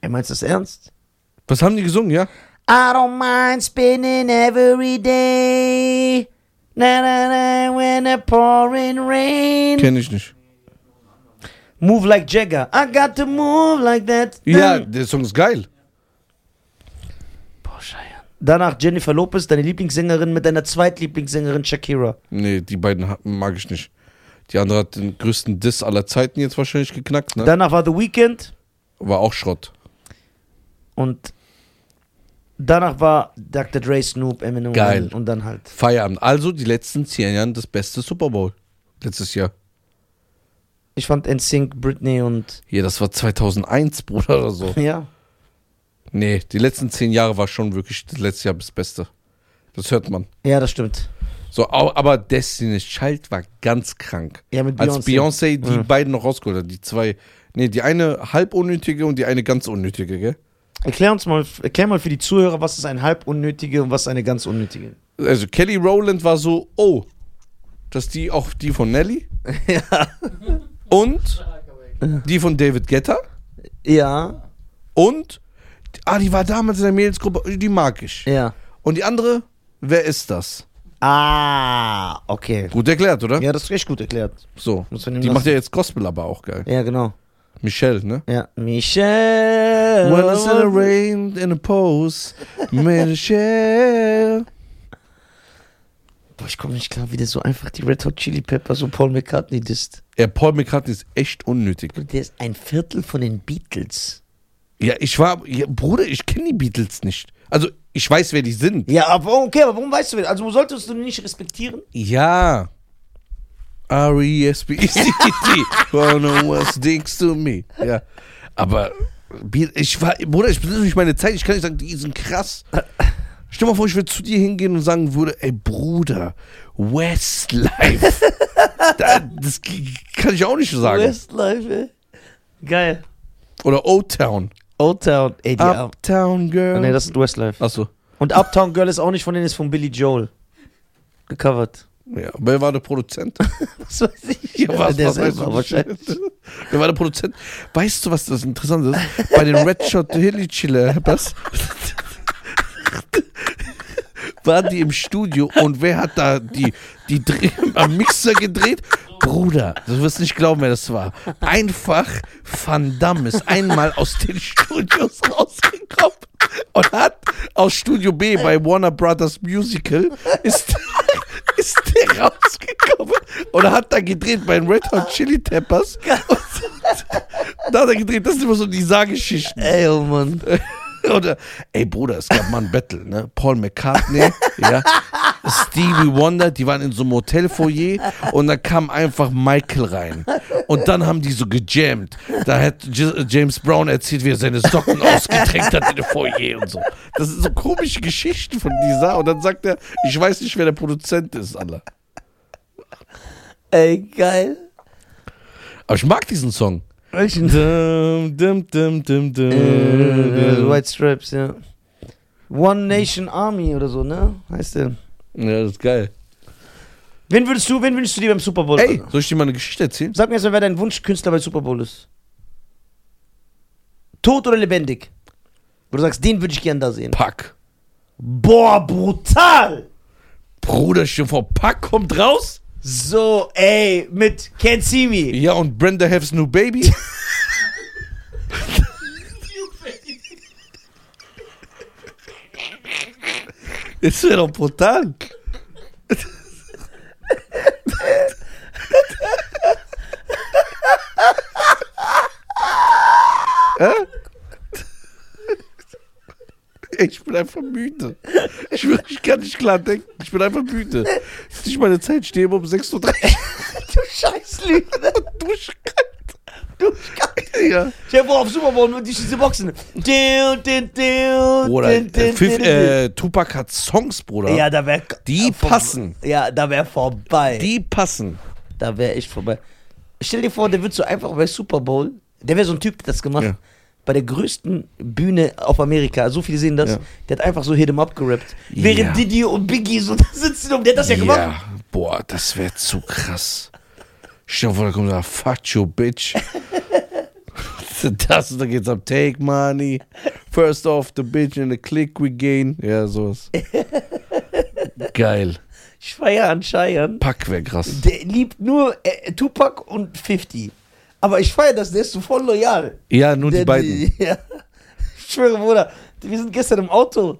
Speaker 1: Ey, meinst du das ernst?
Speaker 4: Was haben die gesungen, ja?
Speaker 1: I don't mind spinning every day. Na, na, na, when the pouring rain.
Speaker 2: Kenne ich nicht.
Speaker 1: Move like Jagger. I got to move like that.
Speaker 4: Ja, der Song ist geil.
Speaker 1: Boah, Scheiße. Danach Jennifer Lopez, deine Lieblingssängerin mit deiner Zweitlieblingssängerin Shakira.
Speaker 2: Nee, die beiden ha- mag ich nicht. Die andere hat den größten Diss aller Zeiten jetzt wahrscheinlich geknackt, ne?
Speaker 1: Danach war The Weeknd
Speaker 2: War auch Schrott.
Speaker 1: und danach war Dr. Dre, Snoop, Eminem
Speaker 2: Geil.
Speaker 1: und dann halt.
Speaker 2: Feierabend. Also die letzten zehn Jahren das beste Super Bowl. Letztes Jahr.
Speaker 1: Ich fand NSYNC, Britney und
Speaker 2: Hier, das war 2001, Bruder, oder so.
Speaker 1: ja.
Speaker 2: Nee, die letzten zehn Jahre war schon wirklich das letzte Jahr das Beste. Das hört man.
Speaker 1: Ja, das stimmt.
Speaker 2: So, au- aber Destiny's Child war ganz krank.
Speaker 1: Ja, mit
Speaker 2: Als
Speaker 1: Beyoncé.
Speaker 2: Beyoncé die beiden noch rausgeholt hat, die zwei. Nee, die eine halb unnötige und die eine ganz unnötige, gell?
Speaker 1: Erklär uns mal, erklär mal für die Zuhörer, was ist ein halb unnötige und was ist eine ganz unnötige.
Speaker 2: Also Kelly Rowland war so, oh, dass die auch die von Nelly
Speaker 1: ja.
Speaker 2: und die von David Guetta
Speaker 1: Ja.
Speaker 2: und ah, die war damals in der Mädelsgruppe, die mag ich.
Speaker 1: Ja.
Speaker 2: Und die andere, wer ist das?
Speaker 1: Ah, okay.
Speaker 2: Gut erklärt, oder?
Speaker 1: Ja, das ist echt gut erklärt.
Speaker 2: So.
Speaker 1: Muss man ihm
Speaker 2: Die
Speaker 1: lassen.
Speaker 2: macht ja jetzt Gospel aber auch geil.
Speaker 1: Ja, genau.
Speaker 2: Michelle, ne?
Speaker 1: Ja. Michelle.
Speaker 2: When it's in the rain in a pose, Michelle.
Speaker 1: Boah, ich komme nicht klar, wie der so einfach die Red Hot Chili Peppers und Paul McCartney disst.
Speaker 2: Ja, Paul McCartney ist echt unnötig.
Speaker 1: Und der ist ein Viertel von den Beatles.
Speaker 2: Ja, ich war, ja, Bruder, ich kenne die Beatles nicht. Also, ich weiß, wer die sind.
Speaker 1: Ja, aber okay, aber warum weißt du das? Also solltest du nicht respektieren?
Speaker 2: Ja. E R-E-S-P-E-C-T. Wanna was dicks to me. Ja. Aber, Be- ich war, Bruder, ich besitze nicht meine Zeit. Ich kann nicht sagen, die sind krass. Stell mal vor, ich würde zu dir hingehen und sagen würde, ey, Bruder, Westlife. da, das g- kann ich auch nicht sagen.
Speaker 1: Westlife, ey. Geil.
Speaker 2: Oder O-Town.
Speaker 1: Old Town, ey, die Ab
Speaker 2: Uptown Girl.
Speaker 1: Nee, das ist Westlife.
Speaker 2: Achso.
Speaker 1: Und Uptown Girl ist auch nicht von denen, ist von Billy Joel. Gecovert.
Speaker 2: Ja, wer war der Produzent?
Speaker 1: Was weiß ich.
Speaker 2: Ja, was,
Speaker 1: der
Speaker 2: was weißt
Speaker 1: selber
Speaker 2: du
Speaker 1: wahrscheinlich.
Speaker 2: Wer war der Produzent? Weißt du, was das Interessante ist? Bei den Red Shot Hilly Chiller Peppers waren die im Studio und wer hat da die, die Dreh am Mixer gedreht? Bruder, du wirst nicht glauben, wer das war. Einfach Van Damme ist einmal aus den Studios rausgekommen und hat aus Studio B bei Warner Brothers Musical ist, ist der rausgekommen und hat da gedreht bei den Red Hot Chili Peppers. Und da hat er gedreht, das sind immer so die Sageschichten.
Speaker 1: Ey, oh Mann.
Speaker 2: Oder, ey Bruder, es gab mal ein Battle, ne? Paul McCartney, ja. Stevie Wonder, die waren in so einem Hotelfoyer und da kam einfach Michael rein. Und dann haben die so gejammt. Da hat J James Brown erzählt, wie er seine Socken ausgetränkt hat in dem Foyer und so. Das sind so komische Geschichten von dieser. Und dann sagt er, ich weiß nicht, wer der Produzent ist, Alter.
Speaker 1: Ey, geil.
Speaker 2: Aber ich mag diesen Song.
Speaker 1: Welchen?
Speaker 2: Dum, dum, dum, dum, dum,
Speaker 1: Äh,
Speaker 2: dum.
Speaker 1: White Stripes, ja. One Nation Army oder so, ne? Heißt der.
Speaker 2: Ja, das ist geil.
Speaker 1: Wen würdest du, wen wünschst du dir beim Super Bowl?
Speaker 2: Ey, soll ich dir mal eine Geschichte erzählen?
Speaker 1: Sag mir erstmal, wer dein Wunschkünstler bei Super Bowl ist. Tot oder lebendig? Wo du sagst, den würde ich gern da sehen.
Speaker 2: Pack.
Speaker 1: Boah, brutal!
Speaker 2: Bruder, stell dir vor, Pack kommt raus.
Speaker 1: So, ey, mit Can't See Me.
Speaker 2: Ja, und Brenda has new baby. Das wäre doch brutal. Äh? Hä? Ich bin einfach müde. Ich, will- ich kann nicht klar denken. Ich bin einfach müde. Es ist nicht meine Zeit. Ich stehe immer um 6.30 Uhr
Speaker 1: Du scheiß Lüge.
Speaker 2: durchgerannt.
Speaker 1: Du scheiß
Speaker 2: Ja.
Speaker 1: Ich hab auf Super Bowl nur die- diese Boxen. Din, din, din,
Speaker 2: Oder
Speaker 1: din,
Speaker 2: äh,
Speaker 1: din,
Speaker 2: Pfiff,
Speaker 1: din, din.
Speaker 2: äh, Tupac hat Songs, Bruder.
Speaker 1: Ja, da wär.
Speaker 2: Die
Speaker 1: vor-
Speaker 2: passen.
Speaker 1: Ja, da wär vorbei.
Speaker 2: Die passen.
Speaker 1: Da wär ich vorbei. Stell dir vor, der wird so einfach bei Super Bowl, der wäre so ein Typ, der das gemacht.
Speaker 2: Ja.
Speaker 1: Bei der größten Bühne auf Amerika, so viele sehen das,
Speaker 2: Ja.
Speaker 1: der hat einfach so Hit 'em Up gerappt.
Speaker 2: Ja.
Speaker 1: Während Diddy und Biggie so da sitzen und der hat das ja gemacht.
Speaker 2: boah, das wäre zu krass. Stell dir vor, da kommt da, fuck you, bitch. das, da geht's ab, take money. First off the bitch and the click we gain. Ja, sowas. Geil.
Speaker 1: Scheiern, Scheiern.
Speaker 2: Pack wäre krass.
Speaker 1: Der liebt nur äh, Tupac und 50. Aber ich feiere das, der ist so voll loyal.
Speaker 2: Ja, nur
Speaker 1: Der-
Speaker 2: die beiden.
Speaker 1: Ja. Ich schwöre, Bruder, wir sind gestern im Auto.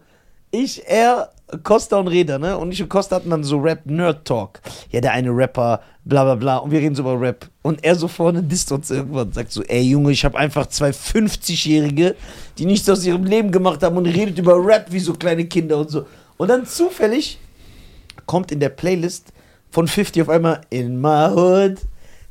Speaker 1: Ich, er, Costa und Reda, ne? Und ich und Costa hatten dann so Rap-Nerd-Talk. Ja, der eine Rapper, bla bla bla. Und wir reden so über Rap. Und er so vorne disst uns irgendwann und sagt so, ey Junge, ich habe einfach zwei 50-Jährige, die nichts aus ihrem Leben gemacht haben und redet über Rap wie so kleine Kinder und so. Und dann zufällig kommt in der Playlist von 50 auf einmal In My Hood.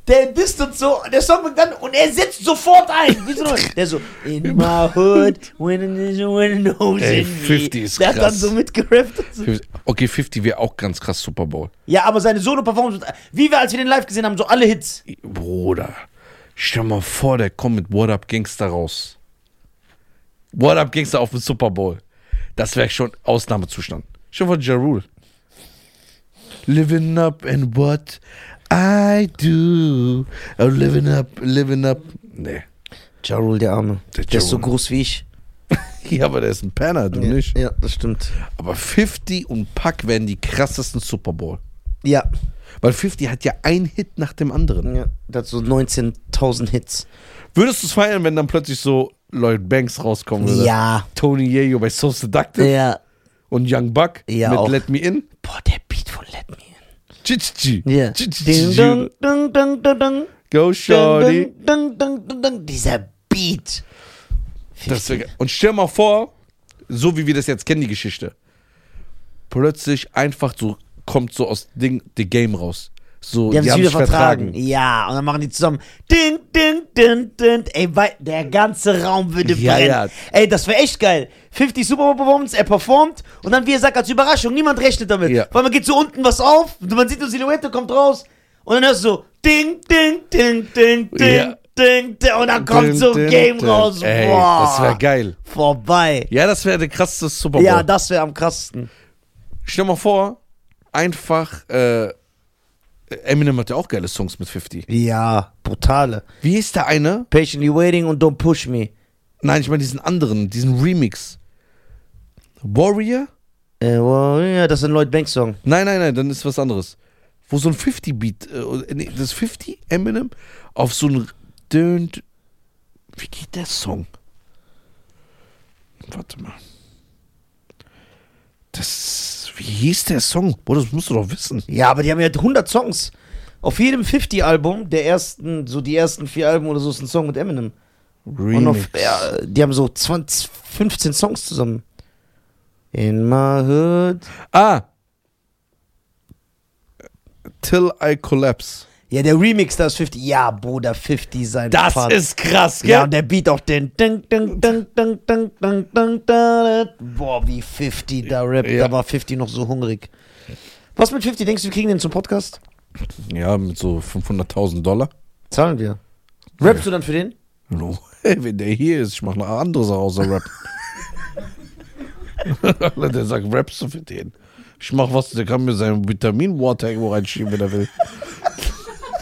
Speaker 1: Der disst und so, der Song begann und er setzt sofort ein. Wie so ein- der so, In My Hood, when it is- when it knows
Speaker 2: Ey,
Speaker 1: in me.
Speaker 2: 50 ist
Speaker 1: Der hat dann
Speaker 2: krass.
Speaker 1: so mitgerappt. und So.
Speaker 2: Okay, 50 wäre auch ganz krass Super Bowl.
Speaker 1: Ja, aber seine Solo-Performance, wie wir, als wir den live gesehen haben, so alle Hits.
Speaker 2: Bruder, stell mal vor, der kommt mit What Up Gangster raus. What Up Gangster auf dem Super Bowl. Das wäre schon Ausnahmezustand. Stell dir vor, Ja Rule. Living up and what I do. I'm living up, living up. Nee.
Speaker 1: Jarul, der Arme.
Speaker 2: Der Der ist so Jarul.
Speaker 1: groß wie ich.
Speaker 2: Ja, aber der ist ein Penner, du nicht.
Speaker 1: Ja, das stimmt.
Speaker 2: Aber 50 und Pack wären die krassesten Super Bowl.
Speaker 1: Ja,
Speaker 2: Weil 50 hat ja ein Hit nach dem anderen.
Speaker 1: ja dazu 19.000 Hits.
Speaker 2: Würdest du es feiern, wenn dann plötzlich so Lloyd Banks rauskommen würde?
Speaker 1: Ja,
Speaker 2: Tony Yayo bei So Seductive
Speaker 1: ja.
Speaker 2: und Young Buck
Speaker 1: Ja,
Speaker 2: mit
Speaker 1: auch.
Speaker 2: Let Me In.
Speaker 1: Boah, der Beat von Let Me In.
Speaker 2: Chichichi.
Speaker 1: Ja. Ding, dong, dong, dong, dong, dong.
Speaker 2: Go Shorty.
Speaker 1: Dun, dun, dun, dun, dun. Dieser Beat.
Speaker 2: Das wär geil. und stell mal vor, so wie wir das jetzt kennen, die Geschichte. Plötzlich einfach so kommt so aus Ding, The Game raus. So,
Speaker 1: die haben sich wieder
Speaker 2: sich
Speaker 1: vertragen. Ja, und dann machen die zusammen. Ding, ding, ding, ding. Ey, wei- der ganze Raum würde
Speaker 2: Ja,
Speaker 1: brennen.
Speaker 2: ja.
Speaker 1: Ey, das wäre echt geil. 50 Super Bowl Performance, er performt und dann, wie er sagt, als Überraschung, niemand rechnet damit.
Speaker 2: Ja.
Speaker 1: Weil man geht so unten was auf, man sieht eine Silhouette, kommt raus und dann hörst du so Ding, ding, ding, ding, ding,
Speaker 2: Ja.
Speaker 1: ding, ding. Und dann kommt so ein Game raus.
Speaker 2: Ey,
Speaker 1: Boah.
Speaker 2: das wäre geil.
Speaker 1: Vorbei.
Speaker 2: Ja, das wäre der krasseste Super Bowl.
Speaker 1: Ja, das wäre am krassesten.
Speaker 2: Stell mal vor, einfach äh, Eminem hat ja auch geile Songs mit 50.
Speaker 1: Ja, brutale.
Speaker 2: Wie ist der eine?
Speaker 1: Patiently waiting und don't push me.
Speaker 2: Nein, ich meine diesen anderen, diesen Remix. Warrior?
Speaker 1: Äh, wow, ja, das ist ein Lloyd Banks Song.
Speaker 2: Nein, nein, nein, dann ist was anderes. Wo so ein 50-Beat, äh, nee, das 50 Eminem auf so ein dönt. Wie geht der Song? Warte mal. Das. Wie hieß der Song? Boah, das musst du doch wissen.
Speaker 1: Ja, aber die haben ja 100 Songs. Auf jedem 50 Album, der ersten, so die ersten vier Alben oder so, ist ein Song mit Eminem. Und auf, ja, die haben so 20, 15 Songs zusammen. In my hood.
Speaker 2: Ah! Till I Collapse.
Speaker 1: Ja, der Remix, da ist 50. Ja, Bruder, 50 sein Part.
Speaker 2: ist krass,
Speaker 1: Ja, und der Beat auch den. Ding, ding, ding, ding, ding, ding, ding, da, da. Boah, wie 50 da rappt.
Speaker 2: Ja.
Speaker 1: Da war 50 noch so hungrig. Was mit 50? Denkst du, wir kriegen den zum Podcast?
Speaker 2: Ja, mit so 500.000 Dollar.
Speaker 1: Zahlen wir. Rappst du dann für den?
Speaker 2: No. Hey, wenn der hier ist, ich mache eine andere Sache außer Rap. Alter, der sagt, rappst du für den? Ich mach was, der kann mir sein Vitamin-Water irgendwo reinschieben, wenn er will.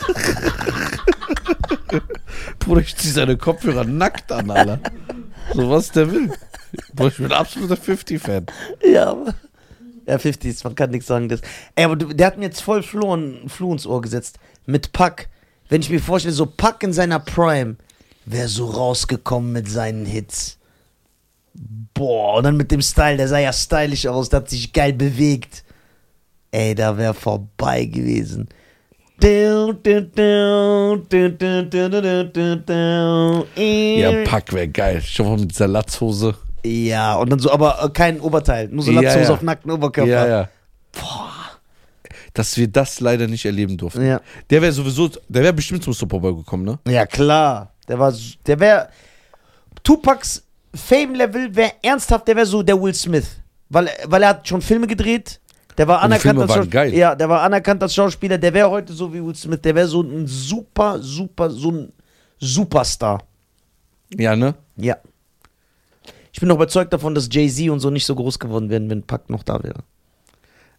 Speaker 2: Bruder, ich zieh seine Kopfhörer nackt an, Alter. So was der will. Bruder, ich bin ein absoluter 50-Fan.
Speaker 1: Ja, aber. Ja, 50 ist, man kann nichts sagen. Das. Ey, aber du, der hat mir jetzt voll Floh, in- Floh ins Ohr gesetzt. Mit Pack. Wenn ich mir vorstelle, so Pack in seiner Prime wäre so rausgekommen mit seinen Hits. Boah, und dann mit dem Style, der sah ja stylisch aus, der hat sich geil bewegt. Ey, da wäre vorbei gewesen.
Speaker 2: Ja,
Speaker 1: Ja,
Speaker 2: Pack wär geil. Ich hoffe, mit dieser Latzhose.
Speaker 1: ja, und dann so, aber äh, kein Oberteil, nur so
Speaker 2: Ja,
Speaker 1: Latzhose
Speaker 2: ja.
Speaker 1: auf nackten Oberkörper.
Speaker 2: Ja, ja. Dass wir das leider nicht erleben durften.
Speaker 1: Ja.
Speaker 2: Der wäre sowieso, der wäre bestimmt zum Super Bowl gekommen, ne?
Speaker 1: Ja, klar. Der war, s- der wäre, Tupacs Fame-Level wäre ernsthaft, der wäre so der Will Smith. Weil, weil er hat schon Filme gedreht, Der war
Speaker 2: Und die
Speaker 1: anerkannt
Speaker 2: Filme
Speaker 1: als
Speaker 2: waren
Speaker 1: Schauspieler.
Speaker 2: geil.
Speaker 1: Ja, der war anerkannt als Schauspieler. Der wäre heute so wie Will Smith. Der wäre so ein super, super, so ein Superstar.
Speaker 2: Ja, ne?
Speaker 1: Ja. Ich bin noch überzeugt davon, dass Jay-Z und so nicht so groß geworden wären, wenn Pac noch da wäre.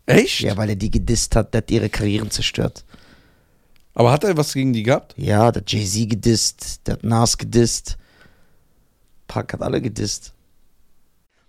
Speaker 2: Echt?
Speaker 1: Ja, weil er die gedisst hat, der hat ihre Karrieren zerstört.
Speaker 2: Aber hat er was gegen die gehabt?
Speaker 1: Ja, der hat Jay-Z gedisst, der hat Nas gedisst. Pac hat alle gedisst.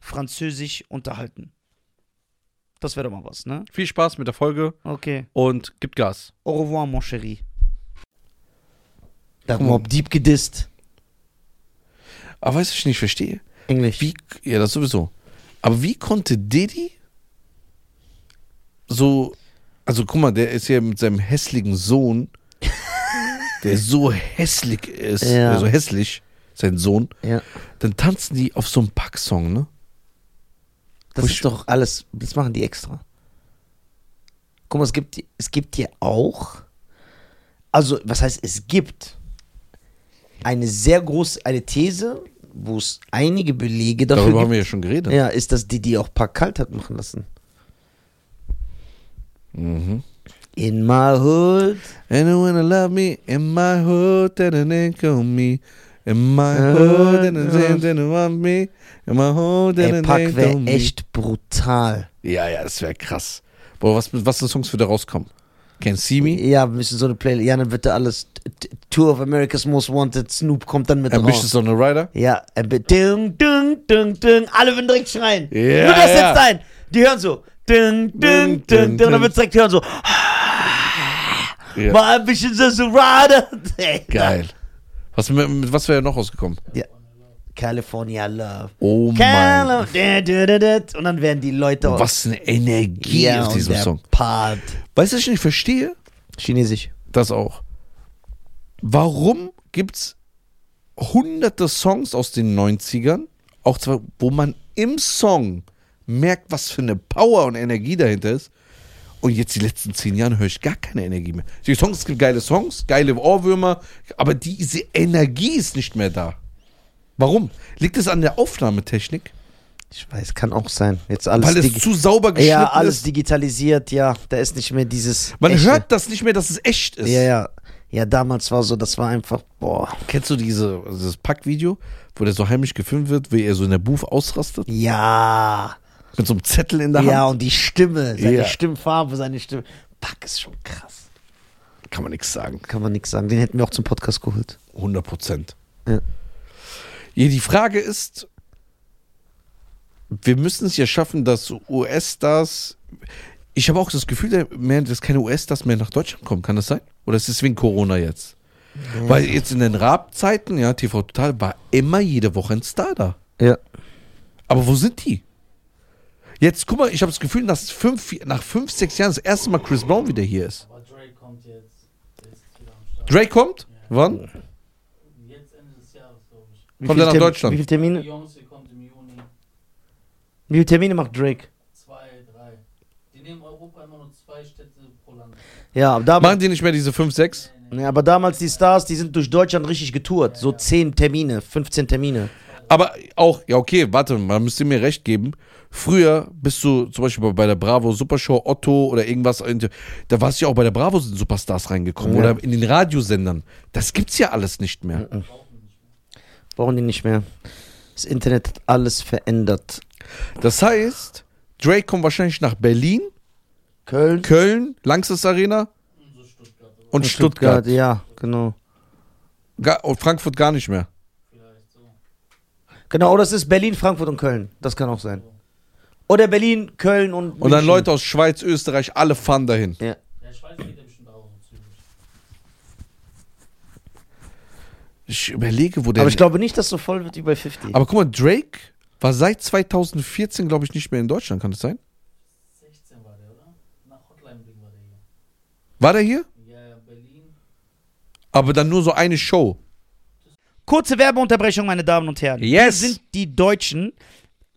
Speaker 1: Französisch unterhalten. Das wäre doch mal was, ne?
Speaker 4: Viel Spaß mit der Folge
Speaker 1: Okay.
Speaker 4: und gib Gas.
Speaker 1: Au revoir, mon chéri. Da hat Mob Deep gedisst.
Speaker 2: Aber weißt du, was ich nicht verstehe?
Speaker 1: Englisch.
Speaker 2: Wie, ja, das sowieso. Aber wie konnte Diddy so, also guck mal, der ist ja mit seinem hässlichen Sohn, der so hässlich ist,
Speaker 1: Ja.
Speaker 2: der so hässlich, sein Sohn,
Speaker 1: Ja.
Speaker 2: dann tanzen die auf so einem Pack-Song, ne?
Speaker 1: Das
Speaker 2: Push-
Speaker 1: ist doch alles, das machen die extra. Guck mal, es gibt, es gibt hier auch, also was heißt, es gibt eine sehr große, eine These, wo es einige Belege dafür
Speaker 2: Darüber haben
Speaker 1: gibt,
Speaker 2: wir ja schon geredet.
Speaker 1: ja, ist, dass die die auch paar kalt hat machen lassen.
Speaker 2: Mhm.
Speaker 1: In my hood.
Speaker 2: Anyone that love me in my hood, then it ain't call me. In my hood, then it ain't then it want me. In my hood, then
Speaker 1: Ey,
Speaker 2: it
Speaker 1: Pack
Speaker 2: ain't
Speaker 1: wäre
Speaker 2: on me.
Speaker 1: echt brutal.
Speaker 2: Ja, ja, das wäre krass. Boah, was, was für Songs würde rauskommen? Can't See Me?
Speaker 1: Ja, wir müssen so eine Playlist. Ja, dann wird da alles. Tour of America's Most Wanted, Snoop kommt dann mit raus.
Speaker 2: Ambitious on a Rider?
Speaker 1: Ja, äh, be- ding, ding, ding, ding. Alle würden direkt schreien.
Speaker 2: Ja,
Speaker 1: Nur das
Speaker 2: ja.
Speaker 1: setzt ein. Die hören so. Ding, ding, ding, ding. Und dann wird's direkt hören so.
Speaker 2: Ja.
Speaker 1: Mal ein bisschen so so rade. Ey,
Speaker 2: Geil. Was, mit, mit was wäre noch rausgekommen?
Speaker 1: California Love.
Speaker 2: Oh mein.
Speaker 1: Cali- da, da, da, da. Und dann werden die Leute aus.
Speaker 2: Was eine Energie
Speaker 1: Ja,
Speaker 2: auf
Speaker 1: und
Speaker 2: diesem
Speaker 1: der
Speaker 2: Song.
Speaker 1: Part.
Speaker 2: Weißt du, was ich nicht verstehe?
Speaker 1: Chinesisch.
Speaker 2: Das auch. Warum gibt's hunderte Songs aus den 90ern, auch zwar, wo man im Song merkt, was für eine Power und Energie dahinter ist. Und jetzt die letzten zehn Jahre höre ich gar keine Energie mehr. Die Songs, es gibt geile Songs, geile Ohrwürmer, aber diese Energie ist nicht mehr da. Warum? Liegt es an der Aufnahmetechnik?
Speaker 1: Ich weiß, kann auch sein. Jetzt alles.
Speaker 2: Weil es
Speaker 1: digi-
Speaker 2: zu sauber geschnitten
Speaker 1: ja, alles
Speaker 2: ist.
Speaker 1: digitalisiert. Ja, da ist nicht mehr dieses.
Speaker 2: Man
Speaker 1: echte.
Speaker 2: hört das nicht mehr, dass es echt ist.
Speaker 1: Ja, ja. Ja, damals war so, das war einfach. Boah.
Speaker 2: Kennst du diese, also das Pack-Video, wo der so heimlich gefilmt wird, wie er so in der Booth ausrastet?
Speaker 1: Ja.
Speaker 2: Mit so einem Zettel in der Hand?
Speaker 1: Ja, und die Stimme, seine
Speaker 2: Ja.
Speaker 1: Stimmfarbe, seine Stimme. Pack ist schon krass.
Speaker 2: Kann man nichts sagen.
Speaker 1: Kann man nichts sagen. Den hätten wir auch zum Podcast geholt.
Speaker 2: 100 Prozent.
Speaker 1: Ja.
Speaker 2: Ja, die Frage ist, wir müssen es ja schaffen, dass US-Stars. Ich habe auch das Gefühl, der- mehr, dass keine US-Stars mehr nach Deutschland kommen. Kann das sein? Oder ist es wegen Corona jetzt?
Speaker 4: Weil jetzt in den Raab-Zeiten, ja, TV Total war immer jede Woche ein Star da.
Speaker 2: Ja.
Speaker 4: Aber wo sind die? Jetzt, guck mal, ich habe das Gefühl, dass fünf, nach fünf, sechs Jahren das erste Mal Chris Brown wieder hier ist.
Speaker 3: Aber Drake kommt jetzt. Der ist wieder am Start.
Speaker 4: Drake kommt? Wann?
Speaker 3: Jetzt Ende des Jahres, glaube ich.
Speaker 1: Wie
Speaker 4: Kommt
Speaker 1: viel
Speaker 4: er nach
Speaker 1: Term-
Speaker 4: Deutschland?
Speaker 1: Wie viele Termine,
Speaker 3: Beyoncé kommt im Juni.
Speaker 1: wie viele Termine macht Drake?
Speaker 3: Zwei, drei. Die nehmen Europa immer nur zwei Städte pro Land.
Speaker 1: Ja, aber damals,
Speaker 4: Machen die nicht mehr diese fünf, sechs?
Speaker 1: ja, aber damals die Stars, die sind durch Deutschland richtig getourt. So 10 Termine, 15 Termine.
Speaker 4: Aber auch, ja, okay, warte, man müsste mir recht geben. Früher bist du zum Beispiel bei- bei der Bravo Supershow Otto oder irgendwas. Da warst du ja auch bei der Bravo sind Superstars reingekommen
Speaker 1: Ja.
Speaker 4: oder in den Radiosendern. Das gibt's ja alles nicht mehr.
Speaker 1: Brauchen die nicht mehr. Das Internet hat alles verändert.
Speaker 4: Das heißt, Drake kommt wahrscheinlich nach Berlin,
Speaker 1: Köln,
Speaker 4: Köln, Langsess Arena
Speaker 3: Und so Stuttgart oder
Speaker 4: und Stuttgart.
Speaker 1: Ja, genau.
Speaker 4: Ga- Und Frankfurt gar nicht mehr.
Speaker 3: vielleicht so.
Speaker 1: Genau, oder es ist Berlin, Frankfurt und Köln. Das kann auch sein. Oder Berlin, Köln und.
Speaker 4: Und
Speaker 1: München.
Speaker 4: dann Leute aus Schweiz, Österreich, alle fahren dahin.
Speaker 1: Ja.
Speaker 3: Ja, Schweiz geht ja bestimmt auch so zügig.
Speaker 4: Ich überlege, wo der.
Speaker 1: Aber ich glaube nicht, dass so voll wird wie bei 50.
Speaker 4: Aber guck mal, Drake war seit 2014, glaube ich, nicht mehr in Deutschland, kann das sein?
Speaker 3: 16 war der, oder? Nach Hotline Bling war der hier.
Speaker 4: War der hier?
Speaker 3: Ja, ja, Berlin.
Speaker 4: Aber dann nur so eine Show.
Speaker 1: Kurze Werbeunterbrechung, meine Damen und Herren.
Speaker 4: Yes.
Speaker 1: Wir sind die Deutschen.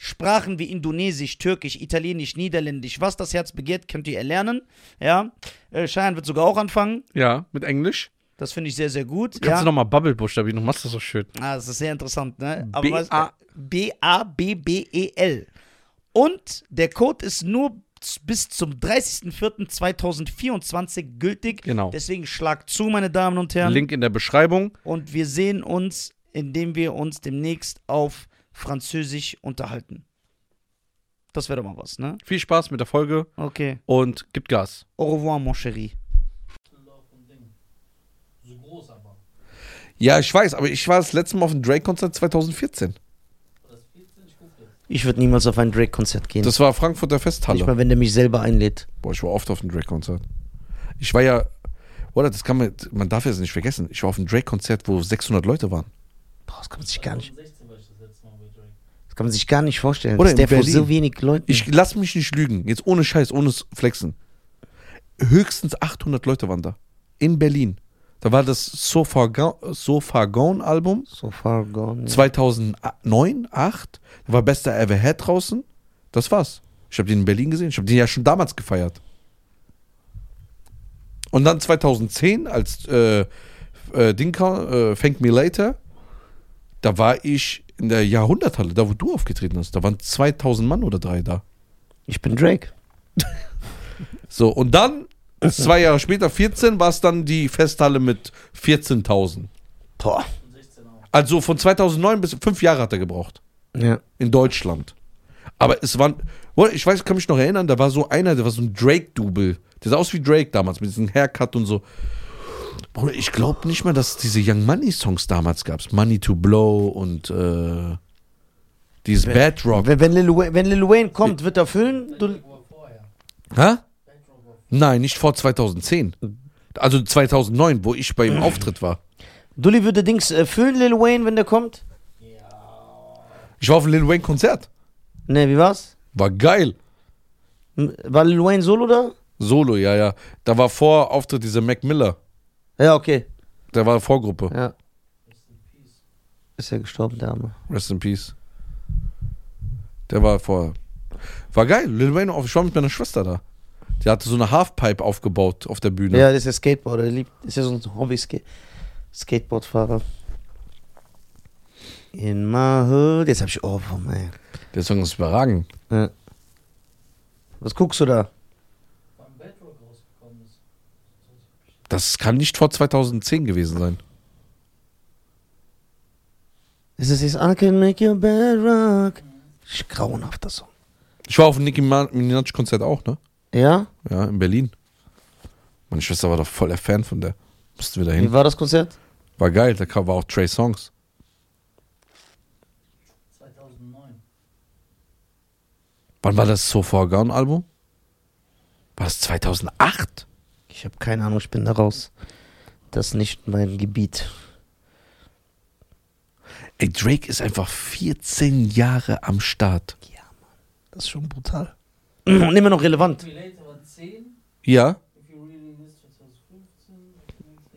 Speaker 1: Sprachen wie Indonesisch, Türkisch, Italienisch, Niederländisch, was das Herz begehrt, könnt ihr erlernen. Ja, äh, Cheyenne wird sogar auch anfangen.
Speaker 4: Ja, mit Englisch.
Speaker 1: Das finde ich sehr, sehr gut.
Speaker 4: Kannst
Speaker 1: ja.
Speaker 4: du nochmal Bubble buchstabieren, du machst das so schön.
Speaker 1: Ah, das ist sehr interessant, ne?
Speaker 4: B-
Speaker 1: weißt-
Speaker 4: A-
Speaker 1: B-A-B-B-E-L. E Und der Code ist nur z- bis zum 30.04.2024 gültig.
Speaker 4: Genau.
Speaker 1: Deswegen schlag zu, meine Damen und Herren.
Speaker 4: Link in der Beschreibung.
Speaker 1: Und wir sehen uns, indem wir uns demnächst auf Französisch unterhalten. Das wäre doch mal was, ne?
Speaker 4: Viel Spaß mit der Folge
Speaker 1: Okay.
Speaker 4: und gib Gas.
Speaker 1: Au revoir, mon chéri.
Speaker 3: Düsseldorf und Ding. So groß aber.
Speaker 4: Ja, ich weiß, aber ich war das letzte Mal auf dem Drake-Konzert 2014.
Speaker 3: War das 14? Ich guck jetzt.
Speaker 1: Ich würde niemals auf ein Drake-Konzert gehen.
Speaker 4: Das war Frankfurter Festhalle.
Speaker 1: Nicht mal, wenn der mich selber einlädt.
Speaker 4: Boah, ich war oft auf dem Drake-Konzert. Ich war ja, oder das kann man, man darf es nicht vergessen, ich war auf dem Drake-Konzert, wo 600 Leute waren.
Speaker 1: Boah, das kann man sich gar nicht,
Speaker 3: 2016 war ich das letzte Mal bei Drake.
Speaker 1: das kann man sich gar nicht vorstellen.
Speaker 4: Oder
Speaker 1: dass der
Speaker 4: in
Speaker 1: vor so
Speaker 4: Berlin.
Speaker 1: wenig Leuten.
Speaker 4: Ich lass mich nicht lügen, jetzt ohne Scheiß, ohne Flexen. Höchstens 800 Leute waren da. In Berlin. Da war das So Far, Go so Far Gone Album
Speaker 1: So far gone.
Speaker 4: 2009, 8. Da war Bester Ever Had draußen. Das war's. Ich habe den in Berlin gesehen. Ich habe den ja schon damals gefeiert. Und dann 2010 als äh, äh, Ding kam, äh, Thank Me Later, da war ich in der Jahrhunderthalle, da wo du aufgetreten hast. Da waren 2000 Mann oder drei da.
Speaker 1: Ich bin Drake.
Speaker 4: So, und dann, zwei Jahre später, 14, war es dann die Festhalle mit 14.000.
Speaker 1: Boah.
Speaker 3: Und 16 auch.
Speaker 4: Also von 2009 bis fünf Jahre hat er gebraucht.
Speaker 1: Ja.
Speaker 4: in Deutschland. Aber es waren, Well, ich weiß, kann mich noch erinnern, da war so einer, der war so ein Drake-Double. Der sah aus wie Drake damals, mit diesem Haircut und so. Bruder, ich glaube nicht mal, dass es diese Young Money-Songs damals gab. Money to Blow und äh, dieses Bad Rock.
Speaker 1: Wenn, wenn, Lil Wayne, wenn Lil Wayne kommt, wird er füllen. Du,
Speaker 3: Bedrock war vorher.
Speaker 4: Hä?
Speaker 3: Bedrock war
Speaker 4: Nein, nicht vor 2010. Also 2009, wo ich bei ihm Auftritt war.
Speaker 1: Dulli würde Dings äh, füllen, Lil Wayne, wenn der kommt.
Speaker 4: Ich war auf einem Lil Wayne Konzert.
Speaker 1: Ne, wie war's?
Speaker 4: War geil.
Speaker 1: M- War Lil Wayne solo da?
Speaker 4: Solo, ja, ja. Da war vor Auftritt dieser Mac Miller.
Speaker 1: Ja, okay.
Speaker 4: Der war Vorgruppe.
Speaker 1: Ja. Ist ja gestorben, der Arme.
Speaker 4: Rest in Peace. Der war vor. War geil. Lil Wayne, auf- ich war mit meiner Schwester da. Die hatte so eine Halfpipe aufgebaut auf der Bühne.
Speaker 1: Ja, das ist ja Skateboarder, der liebt. Das ist ja so ein Hobby-Skateboardfahrer. In my hood. Jetzt hab ich Ohrwurm, ey.
Speaker 4: Der Song ist überragend.
Speaker 1: Ja. Was guckst du da?
Speaker 3: Wann Bedrock rausgekommen ist.
Speaker 4: Das kann nicht vor 2010 gewesen sein.
Speaker 1: Das ist jetzt I can make your bed rock. Ist Grauenhafter Song.
Speaker 4: Ich war auf dem Nicki Ma- Minaj-Konzert auch, ne?
Speaker 1: Ja?
Speaker 4: Ja, in Berlin. Meine Schwester war doch voll der Fan von der. Mussten wir da
Speaker 1: Wie
Speaker 4: hin.
Speaker 1: war das Konzert?
Speaker 4: War geil, da kam- war auch Trey Songs.
Speaker 3: 2009.
Speaker 4: Wann war das So Far Gone Album? War das 2008?
Speaker 1: Ich habe keine Ahnung, ich bin da raus. Das ist nicht mein Gebiet.
Speaker 4: Ey, Drake ist einfach 14 Jahre am Start.
Speaker 1: Das ist schon brutal. Und immer noch relevant.
Speaker 3: If You Later war 10.
Speaker 4: Ja,
Speaker 3: If You Really Is 2015.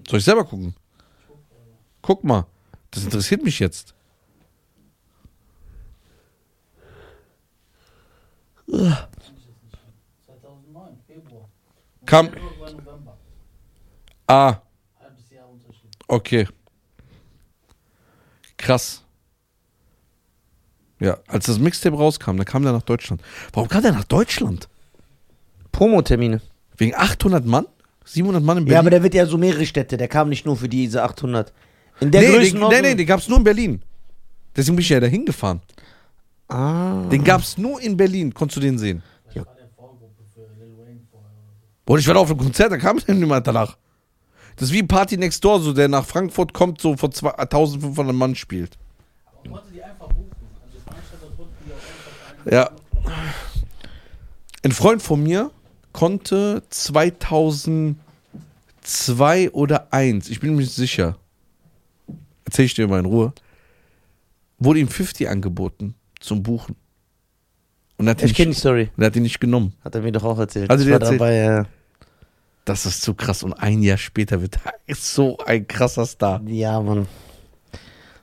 Speaker 4: soll ich selber gucken? Guck mal, das interessiert mich jetzt.
Speaker 3: Kann ich jetzt nicht hin. 2009, Februar. Und
Speaker 4: Kam-
Speaker 3: Bedrock war November.
Speaker 4: Ah,
Speaker 3: Halbes Jahr Unterschied.
Speaker 4: okay. Krass. Ja, als das Mixtape rauskam, dann kam der nach Deutschland. Warum kam der nach Deutschland?
Speaker 1: Promotermine.
Speaker 4: Wegen 800 Mann? 700 Mann in Berlin?
Speaker 1: Ja, aber der wird ja so mehrere Städte. Der kam nicht nur für diese 800. In der
Speaker 4: nee, den, nee,
Speaker 1: Größenordnung.
Speaker 4: nee, den gab's nur in Berlin. Deswegen bin ich ja da hingefahren.
Speaker 1: Ah.
Speaker 4: Den gab's nur in Berlin, konntest du den sehen.
Speaker 1: Ja.
Speaker 3: War der Vorgruppe für Lil Wayne vorher.
Speaker 4: Boah, ich war da auf einem Konzert, da kam der niemand danach. Das ist wie Party Next Door, so der nach Frankfurt kommt, so vor 2 1500 Mann spielt.
Speaker 3: Aber man konnte die einfach buchen. Also Veranstalter konnten die auch einfach ein.
Speaker 4: Ja. Ein Freund von mir konnte 2002 oder 1, ich bin mir nicht sicher, erzähl ich dir mal in Ruhe, wurde ihm 50 angeboten zum Buchen. Und er hat, ihn
Speaker 1: Ich kenne die
Speaker 4: nicht,
Speaker 1: Story.
Speaker 4: und er hat ihn nicht genommen.
Speaker 1: Hat er mir doch auch Also erzählt.
Speaker 4: Hat er
Speaker 1: ich
Speaker 4: dir
Speaker 1: war
Speaker 4: erzählt?
Speaker 1: dabei. äh, Ja.
Speaker 4: Das ist zu krass. Und ein Jahr später wird er so ein krasser Star.
Speaker 1: ja, Mann.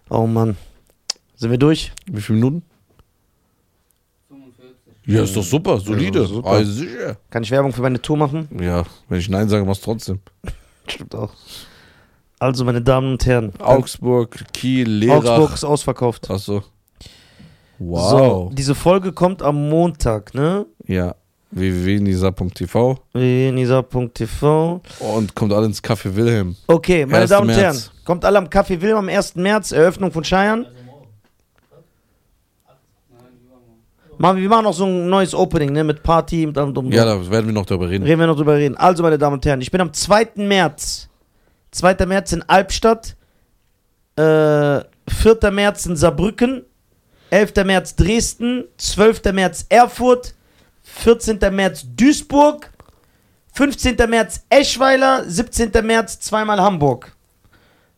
Speaker 1: Oh, Mann. Sind wir durch?
Speaker 4: Wie viele Minuten?
Speaker 3: 45.
Speaker 4: Ja, ist doch super, solide.
Speaker 1: super.
Speaker 4: Ah, sicher.
Speaker 1: Kann ich Werbung für meine Tour machen?
Speaker 4: Ja, wenn ich Nein sage, mach's trotzdem.
Speaker 1: Stimmt auch. Also, meine Damen und Herren.
Speaker 4: Augsburg, Kiel, Lehrach.
Speaker 1: Augsburg ist ausverkauft.
Speaker 4: Achso.
Speaker 1: So,
Speaker 4: Wow.
Speaker 1: diese Folge kommt am Montag, ne?
Speaker 4: Ja. www.nisa.tv
Speaker 1: Nisa.tv.
Speaker 4: und kommt alle ins Café Wilhelm.
Speaker 1: Okay, meine
Speaker 4: 1.
Speaker 1: Damen und Herren,
Speaker 4: März.
Speaker 1: kommt alle am Café Wilhelm am 1. März, Eröffnung von Scheiern.
Speaker 3: Also morgen.
Speaker 1: Machen, wir machen noch so ein neues Opening, ne? Mit Party, mit allem drum.
Speaker 4: Ja, da werden wir noch darüber reden.
Speaker 1: Reden wir noch drüber reden. Also, meine Damen und Herren, ich bin am 2. März. 2. März in Albstadt. Äh, 4. März in Saarbrücken. 11. März Dresden. 12. März Erfurt. 14. März Duisburg. 15. März Eschweiler. 17. März zweimal Hamburg.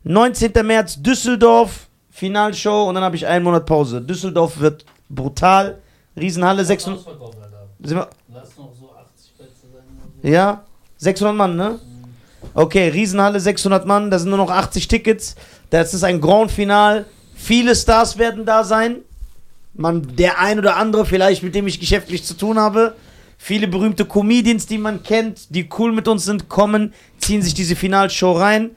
Speaker 1: 19. März Düsseldorf. Finalshow und dann habe ich einen Monat Pause. Düsseldorf wird brutal. Riesenhalle. 600,
Speaker 3: Ausverkauf, Alter.
Speaker 1: sind wir,
Speaker 3: Lass noch so 80 Plätze sein. oder so.
Speaker 1: ja, 600 Mann, ne? Okay, Riesenhalle, 600 Mann, da sind nur noch 80 Tickets. Das ist ein Grand Final. Viele Stars werden da sein. Man, der ein oder andere vielleicht, mit dem ich geschäftlich zu tun habe. Viele berühmte Comedians, die man kennt, die cool mit uns sind, kommen, ziehen sich diese Finalshow rein.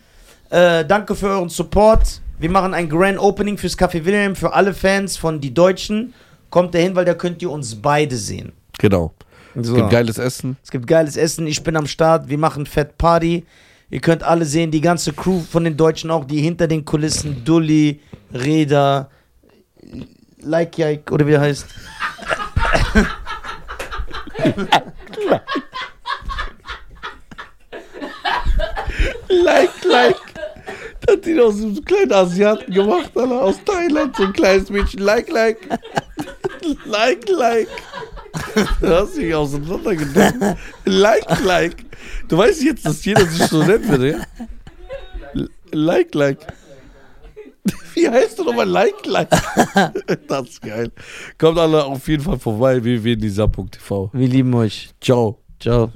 Speaker 1: Äh, danke für euren Support. Wir machen ein Grand Opening fürs Café Wilhelm, für alle Fans von Die Deutschen. Kommt dahin, weil da könnt ihr uns beide sehen.
Speaker 4: Genau.
Speaker 1: So.
Speaker 4: Es gibt geiles Essen.
Speaker 1: Es gibt geiles Essen, ich bin am Start, wir machen Fett Party. Ihr könnt alle sehen, die ganze Crew von den Deutschen auch, die hinter den Kulissen, Dulli, Reda, Like Yike oder wie der heißt.
Speaker 4: Like, like. Das hat ihn aus so einem kleinen Asiaten gemacht, Alter. Aus Thailand, so ein kleines Mädchen. Like, like. Like, like. Du hast dich auseinandergenommen. Like, like. Du weißt jetzt, dass jeder sich so nennt, würde, ja? L- Like, like. Wie heißt du nochmal Like, like? Das ist geil. Kommt alle auf jeden Fall vorbei. www.nisa.tv.
Speaker 1: Wir lieben euch.
Speaker 4: Ciao.
Speaker 1: Ciao.